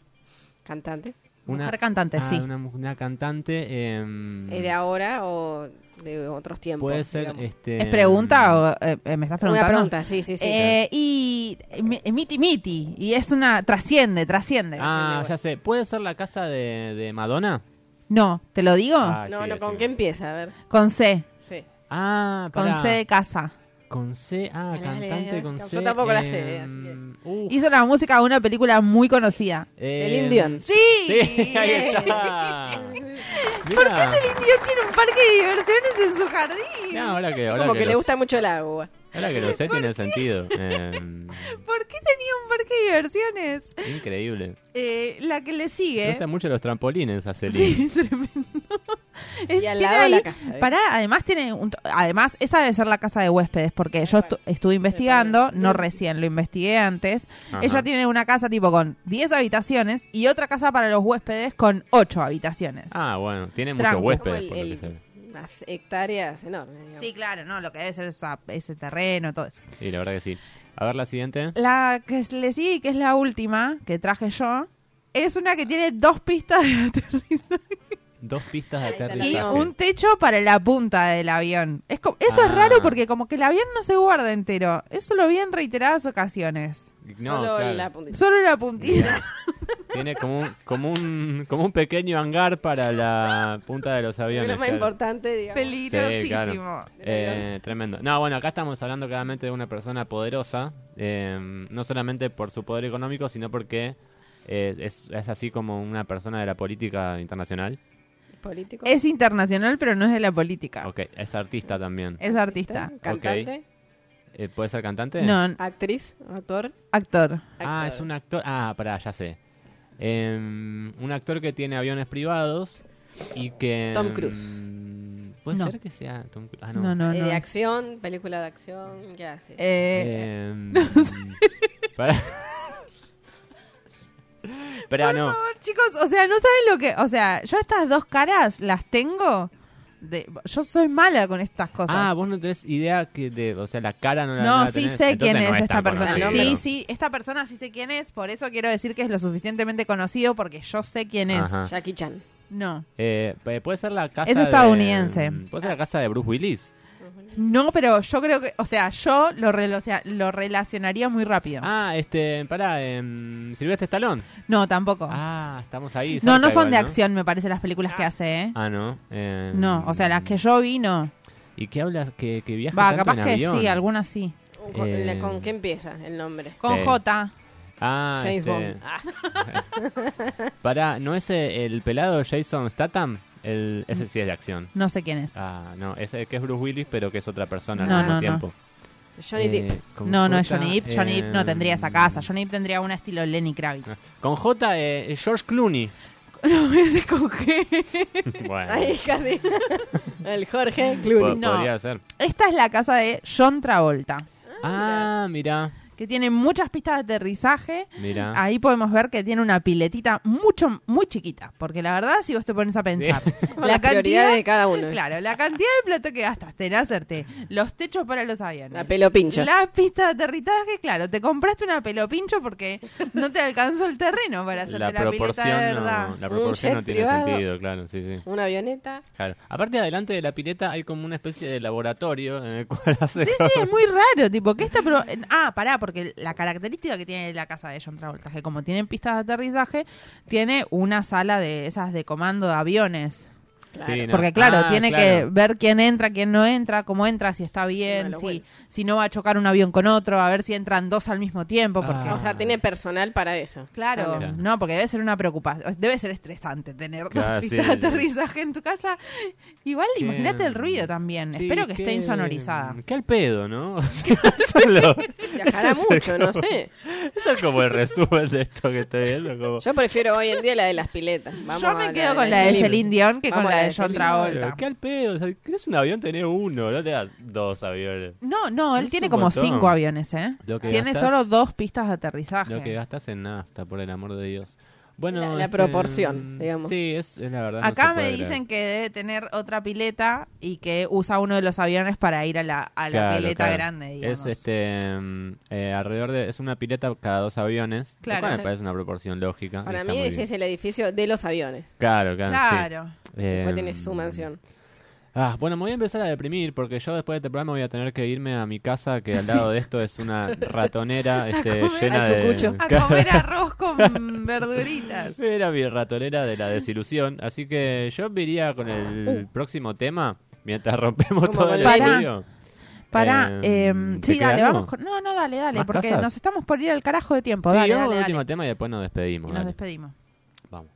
S7: cantante.
S6: mujer cantante,
S5: ah,
S6: sí.
S5: Una, mu- una cantante... em,
S7: Eh, ¿De ahora o de otros tiempos?
S5: puede ser...
S7: digamos.
S5: Este,
S6: ¿Es pregunta o eh, eh, me estás preguntando?
S7: Em, Una pregunta, sí, sí, sí.
S6: Eh, y eh, mi- miti miti. Y es una. Trasciende, trasciende.
S5: Ah, ya sé. ¿Puede ser la casa de, de Madonna?
S6: No, ¿te lo digo?
S5: Ah,
S7: no,
S5: sí,
S7: no, ¿con
S5: decime.
S7: qué empieza? A ver.
S6: Con C.
S7: Sí.
S5: Ah,
S6: Con
S5: pará.
S6: C de casa.
S5: Con C, ah,
S7: dale,
S5: cantante
S7: dale,
S5: con
S7: yo
S5: C.
S7: tampoco la sé,
S5: em,
S7: así
S5: uh,
S6: Hizo la música de una película muy conocida.
S7: (laughs)
S5: em, (laughs)
S7: Celine Dion.
S6: ¡Sí!
S7: (laughs)
S5: Sí, ahí está.
S6: ¿Por qué es el indio tiene un parque de diversiones en su jardín?
S5: No, ahora que, ahora
S7: Como
S5: que
S7: que, le
S5: lo-
S7: gusta mucho el agua.
S5: Ahora que lo sé, tiene sentido. Eh,
S6: ¿Por qué tenía un parque de diversiones?
S5: increíble.
S6: Eh, la que le
S5: Me
S6: sigue.
S5: gustan mucho los trampolines a Celine.
S6: Es-
S7: Y al
S6: tiene
S7: lado la
S6: ahí-
S7: casa, ¿eh?
S6: Pará, además tiene un to- además esa debe ser la casa de huéspedes porque yo estu- estuve investigando, no recién, lo investigué antes.
S11: Ajá.
S6: Ella tiene una casa tipo con 10 habitaciones y otra casa para los huéspedes con 8 habitaciones.
S5: Ah, bueno, tiene muchos
S6: Tranco.
S5: huéspedes,
S6: Como
S5: por
S6: el-
S5: lo que se ve.
S7: Unas hectáreas enormes.
S6: Sí, claro, no, lo que debe ser esa- ese terreno, todo eso.
S5: Sí, la verdad que sí. A ver la siguiente.
S6: La que s- le sigue, y que es la última que traje yo, es una que tiene dos pistas de (laughs)
S5: Dos pistas de
S6: y
S5: aterrizaje.
S6: un techo para la punta del avión. Es co- eso es
S5: Ah.
S6: raro porque como que el avión no se guarda entero. Eso lo vi en reiteradas ocasiones.
S5: No, Solo claro. la puntita.
S6: Solo
S7: (laughs)
S6: la puntita. (laughs)
S5: Tiene como un, como un como un pequeño hangar para la punta de los
S7: (laughs)
S5: aviones.
S7: lo más
S5: claro.
S7: importante, digamos.
S5: Sí, claro. Eh, tremendo. No, bueno, acá estamos hablando claramente de una persona poderosa, eh, no solamente por su poder económico, sino porque eh, es, es así como una persona de la política internacional.
S7: Político.
S6: Es internacional, pero no es de la política.
S5: Ok, es artista también.
S6: Es artista.
S5: Ok.
S7: Cantante.
S5: Eh, ¿Puede ser cantante?
S6: No.
S7: Actriz, actor.
S6: Actor.
S5: Ah, es un actor. Ah, pará, ya sé. Em, un actor que tiene aviones privados y que...
S7: Tom Cruise.
S5: mm, ¿Puede
S7: No.
S5: ser que sea Tom Cruise? Ah, no.
S6: No, no,
S7: Eh,
S6: no.
S7: de acción, película de acción. ¿Qué hace?
S6: Eh,
S5: Em,
S6: (laughs) no sé. (laughs)
S5: pará. Pará, ah, no.
S6: Por favor, chicos, o sea, no saben lo que... O sea, yo estas dos caras las tengo... De, yo soy mala con estas cosas.
S5: Ah, vos no tenés idea que de, o sea, la cara no la
S6: No,
S5: no la
S6: sí
S5: tenés.
S6: sé
S5: Entonces
S6: quién
S5: no
S6: es esta
S5: tan
S6: persona.
S5: conocido.
S6: Sí, sí, esta persona sí sé quién es, por eso quiero decir que es lo suficientemente conocido porque yo sé quién es.
S5: Ajá.
S7: Jackie Chan.
S6: No.
S5: Eh, pe- puede ser la casa
S6: Es estadounidense.
S5: de- puede ser la casa de Bruce Willis.
S6: No, pero yo creo que, o sea, yo lo, relocia- lo relacionaría muy rápido.
S5: Ah, este, pará, em, Silvestre Stallone.
S6: No, tampoco.
S5: Ah, estamos ahí.
S6: no,
S5: cerca
S6: no son
S5: igual,
S6: de acción, me parece, las películas que hace, ¿eh?
S5: Ah, no. em,
S6: No, o sea, las que yo vi, no.
S5: ¿Y qué hablas? Que, que viaja
S6: Va,
S5: tanto
S6: capaz
S5: en
S6: que
S5: avión?
S6: sí, algunas sí.
S7: Un jo-
S5: Eh.
S7: la- ¿Con qué empieza el nombre?
S6: Con
S5: Sí.
S6: J.
S5: Ah,
S7: James
S5: este, Ah.
S7: Bond. Ah.
S5: Pará, ¿no es eh, el pelado Jason Statham? El, ese sí es de acción.
S6: No sé quién es.
S5: Ah, no, ese que es Bruce Willis, pero que es otra persona
S6: No,
S5: al mismo
S6: no, no.
S5: tiempo. Eh,
S7: Johnny Depp.
S5: con
S6: No, no
S5: J,
S6: es Johnny Depp. Johnny Depp no
S5: em,
S6: tendría esa casa. Johnny Depp tendría un estilo Lenny Kravitz.
S5: (laughs) Con J, eh, George
S7: (laughs)
S5: Clooney.
S6: No, (laughs) ese es con G.
S5: Bueno.
S7: Ahí (laughs) casi. el Jorge
S5: po-
S7: Clooney.
S5: Podría ser.
S6: Esta es la casa de John Travolta,
S5: Ah, mira,
S6: que tiene muchas pistas de aterrizaje.
S5: mira.
S6: Ahí podemos ver que tiene una piletita mucho, muy chiquita, porque la verdad, si vos te pones
S7: (laughs)
S6: a pensar,
S7: Las prioridades de cada uno.
S6: Claro, la cantidad de plata que gastaste en hacerte los techos para los aviones.
S7: La pelopincha.
S6: La pista de aterrizaje, claro, te compraste una pelopincho porque no te alcanzó el terreno para hacerte
S5: La
S6: la,
S5: proporción,
S6: pileta de verdad.
S5: no, la
S7: Un
S5: proporción
S7: jet
S5: no tiene
S7: privado.
S5: sentido, claro, sí, sí.
S7: Una avioneta.
S5: Claro. Aparte, adelante de la pileta hay como una especie de laboratorio en el cual (laughs) hace.
S6: Sí, sí, es muy raro, tipo, que esta... Pero, ah, pará, porque la característica que tiene la casa de John Travolta es que como tienen pistas de aterrizaje, tiene una sala de esas de comando de aviones.
S5: Sí, no.
S6: Porque claro,
S5: Ah,
S6: tiene que
S5: claro.
S6: ver quién entra, quién no entra, cómo entra, si está bien,
S7: Bueno,
S6: si, si no va a chocar un avión con otro, a ver si entran dos al mismo tiempo. Porque,
S7: O
S5: Ah.
S7: sea, tiene personal para eso.
S5: (laughs)
S6: claro,
S7: También.
S6: no, porque debe ser una preocupación, debe ser estresante tener
S5: Claro,
S6: dos
S5: sí,
S6: pistas
S5: sí.
S6: de aterrizaje en tu casa. Igual,
S5: Qué-
S6: imagínate el ruido también.
S5: Sí,
S6: Espero que esté
S5: qué-
S6: insonorizada.
S5: Qué al pedo, ¿no? (laughs) O sea, (laughs) solo-
S7: Viajará
S5: ese es
S7: mucho, no
S5: como-
S7: sé.
S5: Ese es como el resumen de esto que estoy viendo. Como...
S7: Yo prefiero hoy en día la de las piletas. Vamos
S6: Yo
S7: a
S6: me quedo
S7: de
S6: con la de Celine Dion que
S7: Vamos
S6: con
S7: a
S6: la de John
S7: Celine
S6: Travolta.
S5: Claro, ¿Qué al pedo? O sea, ¿Querés un avión? Tenés uno, no te das dos aviones.
S6: No, no, él
S5: Es
S6: tiene
S5: un
S6: como
S5: montón.
S6: cinco aviones, ¿eh?
S5: Lo que
S6: Tiene
S5: gastas-
S6: solo dos pistas de aterrizaje.
S5: Lo que gastas en nafta, por el amor de Dios. Bueno,
S7: La- la
S5: este,
S7: proporción, digamos.
S5: Sí, es, es la verdad. no
S6: Acá
S5: se
S6: me
S5: puede
S6: dicen que debe tener otra pileta y que usa uno de los aviones para ir a la, a la
S5: creer. Claro,
S6: pileta
S5: claro.
S6: grande. digamos.
S5: Es este, mm, eh, alrededor de. Es una pileta cada dos aviones. lo
S7: Claro.
S5: cual me parece una proporción lógica.
S7: Para
S5: está
S7: mí
S5: muy
S7: ese
S5: bien.
S7: es el edificio de los aviones.
S5: Claro, claro. sí.
S7: Claro. Después
S5: Eh,
S7: tenés su mansión.
S5: Ah, bueno, me voy a empezar a deprimir porque yo después de este programa voy a tener que irme a mi casa que al lado de esto es
S6: (laughs)
S5: una ratonera este, llena de...
S6: A
S5: (laughs)
S6: comer arroz con verduritas.
S5: Era mi ratonera de la desilusión, así que yo me iría con
S6: Uh.
S5: el próximo tema mientras rompemos
S6: Como
S5: todo el
S6: volver.
S5: estudio.
S6: Pará,
S5: Eh,
S6: em,
S5: ¿te
S6: sí,
S5: queda
S6: dale,
S5: algo?
S6: vamos. con- No, no, dale, dale,
S5: ¿Más
S6: porque
S5: casas?
S6: nos estamos por ir al carajo de tiempo.
S5: Sí,
S6: Dale,
S5: vamos
S6: dale,
S5: con el
S6: dale.
S5: último tema y después nos despedimos.
S6: Y nos
S5: dale.
S6: despedimos.
S5: Vamos.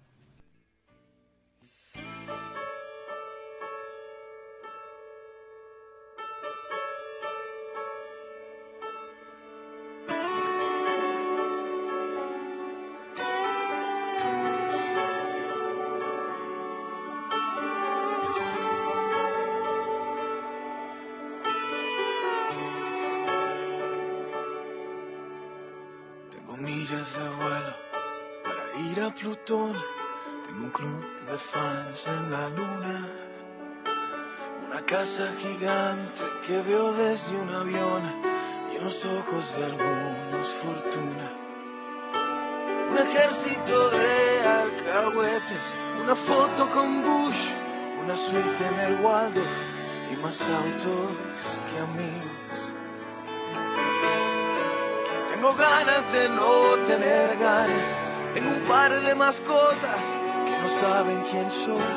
S13: millas de vuelo para ir a Plutón. Tengo un club de fans en la luna. Una casa gigante que veo desde un avión y en los ojos de algunos fortuna. Un ejército de alcahuetes, una foto con Bush, una suite en el Waldo y más autos que amigos. Tengo ganas de no tener ganas, tengo un par de mascotas que no saben quién soy.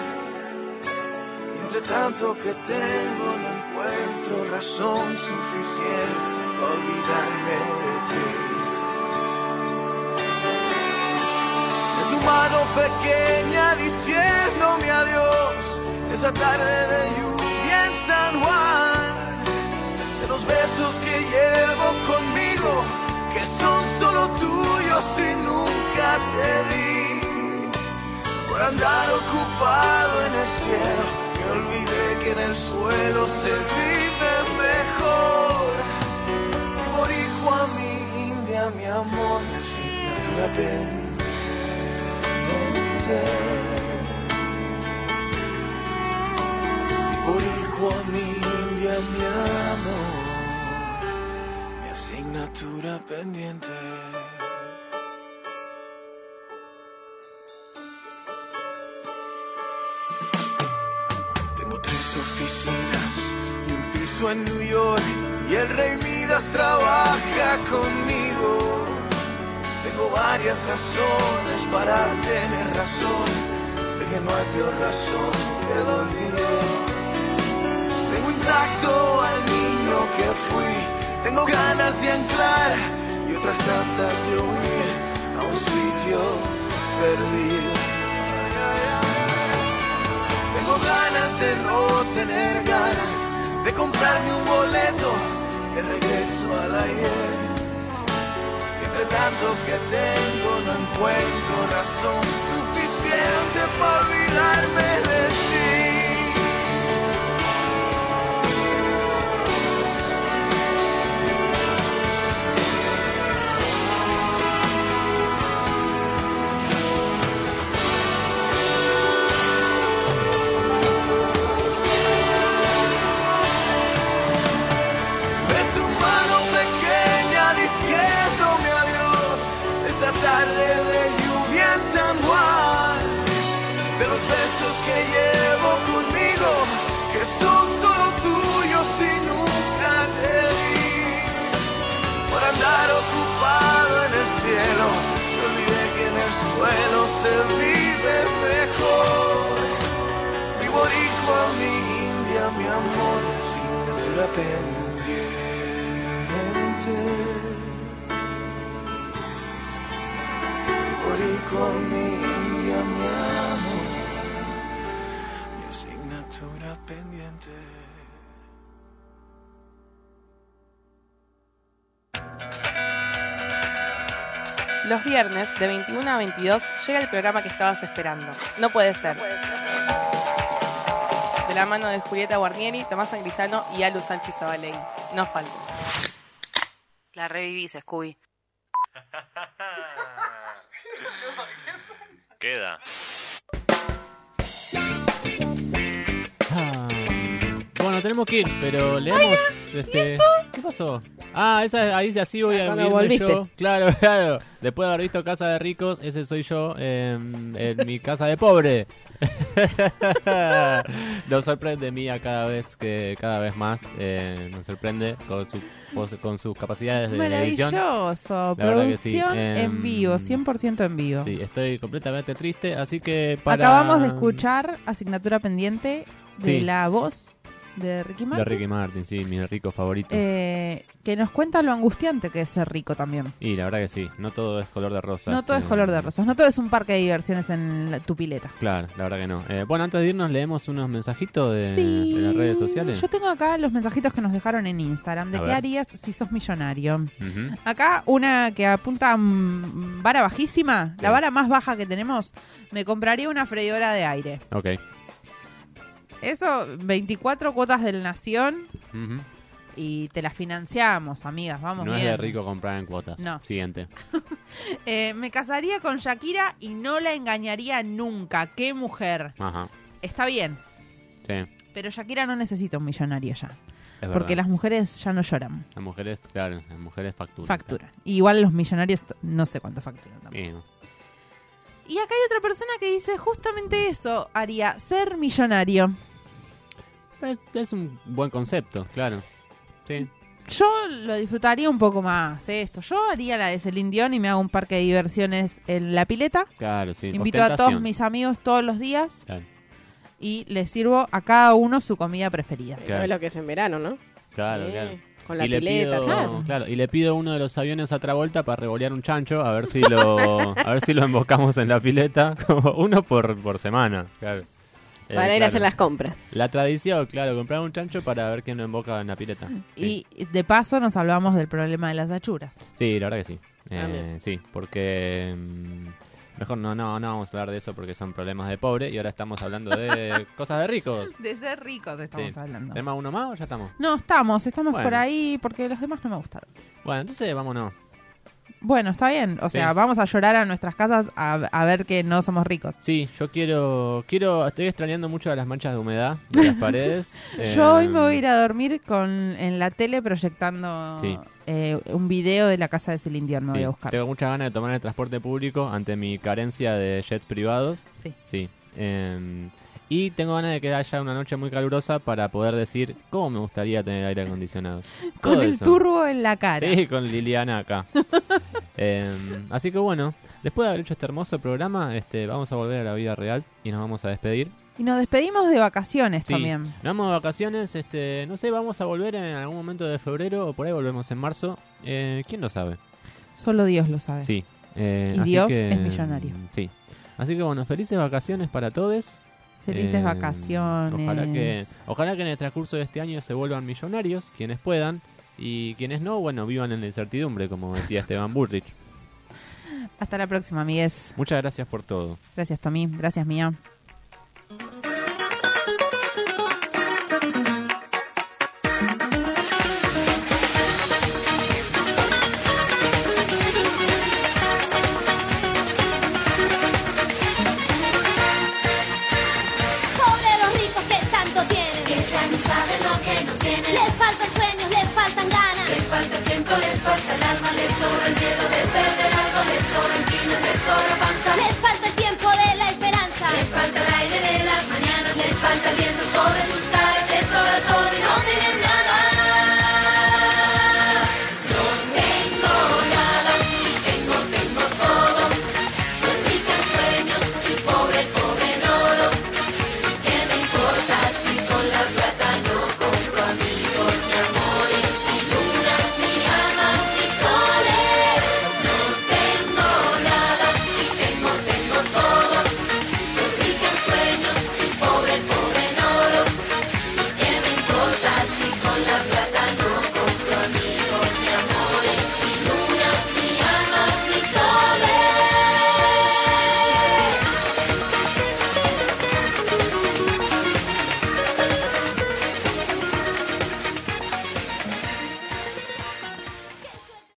S13: Y entre tanto que tengo no encuentro razón suficiente para olvidarme de ti. De tu mano pequeña diciéndome adiós, esa tarde de lluvia en San Juan, de los besos que llevo conmigo, que son solo tuyos y nunca te di por andar ocupado en el cielo. Me olvidé que en el suelo se vive mejor. Boricua, mi India, mi amor, mi asignatura pendiente. Boricua, mi India, mi amor, mi asignatura pendiente. Tengo tres oficinas y un piso en New York y el Rey Midas trabaja conmigo. Tengo varias razones para tener razón, de que no hay peor razón que dormir. Tengo intacto al niño que fui, tengo ganas de anclar y otras tantas de huir a un sitio perdido. Tengo ganas de no tener ganas de comprarme un boleto de regreso al ayer. Y Entre tanto que tengo no encuentro razón suficiente para olvidarme de ti. De tu mano pequeña diciéndome adiós Esa tarde de lluvia en San Juan De los besos que llevo conmigo Que son solo tuyos y nunca te di Por andar ocupado en el cielo Me olvidé que en el suelo se vive mejor Mi boricua, mi india, mi amor Mi asignatura pendiente Boricua, mi India, mi amor, mi asignatura pendiente.
S12: Los viernes de 21 a 22 llega el programa que estabas esperando. No puede ser. De la mano de Julieta Guarnieri, Tomás Angrisano y Alu Sánchez Zabaley. No faltes.
S11: La revivís, Scooby.
S10: Queda.
S5: Ah, Bueno, tenemos que ir, pero leemos. este... ¿Qué pasó? Ah, esa, es- ahí así voy a
S6: cuando
S5: irme
S6: volviste.
S5: yo. Claro, (laughs) claro. Después de haber visto Casa de Ricos, ese soy yo eh, en mi casa de pobre. (laughs) Nos sorprende Mía cada vez que cada vez más eh, nos sorprende con su pos- con sus capacidades de edición.
S6: Maravilloso.
S5: La verdad que sí.
S6: Producción en
S5: Em,
S6: vivo, 100% en vivo.
S5: Sí, estoy completamente triste, así que para
S6: Acabamos de escuchar Asignatura Pendiente de
S5: Sí.
S6: la voz de Ricky
S5: de
S6: Martin.
S5: Ricky Martin, sí, mi rico favorito.
S6: eh, que nos cuenta lo angustiante que es ser rico también.
S5: Y la verdad que sí, no todo es color de rosas.
S6: No todo es
S5: eh,
S6: color de rosas, no todo es un parque de diversiones en la- tu pileta.
S5: Claro, la verdad que no. Eh, bueno, antes de irnos leemos unos mensajitos de, de las redes sociales.
S6: Yo tengo acá los mensajitos que nos dejaron en Instagram de
S5: A
S6: qué
S5: ver.
S6: harías si sos millonario.
S5: Ujú.
S6: Acá una que apunta mm, vara bajísima, la vara más baja que tenemos, me compraría una freidora de aire.
S5: Ok.
S6: Eso, 24 cuotas del Nación,
S5: Ujú.
S6: y te las financiamos, amigas, vamos
S5: no
S6: bien.
S5: es de rico comprar en cuotas.
S6: No.
S5: Siguiente.
S6: (laughs) Eh, me casaría con Shakira y no la engañaría nunca. ¡Qué mujer!
S5: Ajá.
S6: Está bien,
S5: Sí. es
S6: pero Shakira no necesita un millonario ya.
S5: verdad.
S6: Porque las mujeres ya no lloran.
S5: Las mujeres, claro, las mujeres facturan.
S6: Facturan. Igual los millonarios t- no sé cuánto facturan.
S5: Bien.
S6: Y acá hay otra persona que dice justamente eso, haría ser millonario.
S5: Es, un Buen concepto, claro. Sí.
S6: Yo lo disfrutaría un poco más eh, esto. Yo haría la de Celine Dion y me hago un parque de diversiones en la pileta.
S5: Claro, sí.
S6: Invito a todos
S5: Ostentación.
S6: mis amigos todos los días
S5: Claro.
S6: y les sirvo a cada uno su comida preferida.
S5: Claro.
S7: Es lo que es en verano, ¿no?
S5: Claro,
S7: Eh,
S5: claro.
S7: con la
S5: y le
S7: pileta,
S5: pido,
S7: claro.
S5: Y le pido uno de los aviones a Travolta para revolear un chancho, a ver
S7: (laughs)
S5: si lo, a ver si lo embocamos en la pileta, (laughs) como uno por, por semana, claro. Eh,
S7: Para ir
S5: claro.
S7: a hacer las compras.
S5: La tradición, claro, comprar un chancho para ver quién lo emboca en la pileta.
S6: Y de paso nos hablamos del problema de las achuras.
S5: Sí, la verdad que sí.
S6: Ah,
S5: Eh, sí, porque mm, mejor no, no, no vamos a hablar de eso porque son problemas de pobre y ahora estamos
S7: (laughs)
S5: hablando de cosas de ricos.
S6: De ser ricos estamos
S5: Sí.
S6: hablando.
S5: ¿Tenemos uno más o ya estamos?
S6: No, estamos, estamos
S5: Bueno.
S6: por ahí porque los demás no me gustaron.
S5: Bueno, entonces vámonos.
S6: Bueno, está bien. O sea,
S5: Sí.
S6: vamos a llorar a nuestras casas a, a ver que no somos ricos.
S5: Sí, yo quiero, quiero, estoy extrañando mucho a las manchas de humedad de
S6: (laughs)
S5: las paredes.
S6: Yo hoy
S5: Eh,
S6: me voy a ir a dormir con en la tele proyectando
S5: Sí.
S6: eh, un video de la casa de Celine Dion. Me
S5: Eh, sí,
S6: voy a buscar.
S5: Tengo muchas ganas de tomar el transporte público ante mi carencia de jets privados.
S6: Sí.
S5: Sí. eh, y tengo ganas de que haya una noche muy calurosa para poder decir cómo me gustaría tener aire acondicionado.
S6: (laughs) Con
S5: Todo
S6: el
S5: eso.
S6: turbo en la cara.
S5: Sí, con Liliana
S6: (laughs)
S5: acá. Eh, así que bueno, después de haber hecho este hermoso programa, este, vamos a volver a la vida real y nos vamos a despedir.
S6: Y nos despedimos de vacaciones
S5: Sí,
S6: también.
S5: Nos vamos de vacaciones, este, no sé, vamos a volver en algún momento de febrero o por ahí volvemos en marzo. Eh, ¿Quién lo sabe?
S6: Solo Dios lo sabe.
S5: Sí. eh,
S6: Y
S5: así
S6: Dios
S5: que, mm,
S6: es millonario.
S5: Sí. Así que bueno, felices vacaciones para todos. Eh,
S6: Felices vacaciones.
S5: Ojalá que, ojalá que en el transcurso de este año se vuelvan millonarios, quienes puedan, y quienes no, bueno, vivan en la incertidumbre, como decía Esteban Burrich.
S6: Hasta la próxima, amigues.
S5: Muchas gracias por todo.
S6: Gracias, Tommy. Gracias, Mía.
S14: Pobre los ricos que tanto tienen Que ya ni saben lo que no tienen Les faltan sueños, les faltan ganas Les falta tiempo, les falta el alma Les sobra el miedo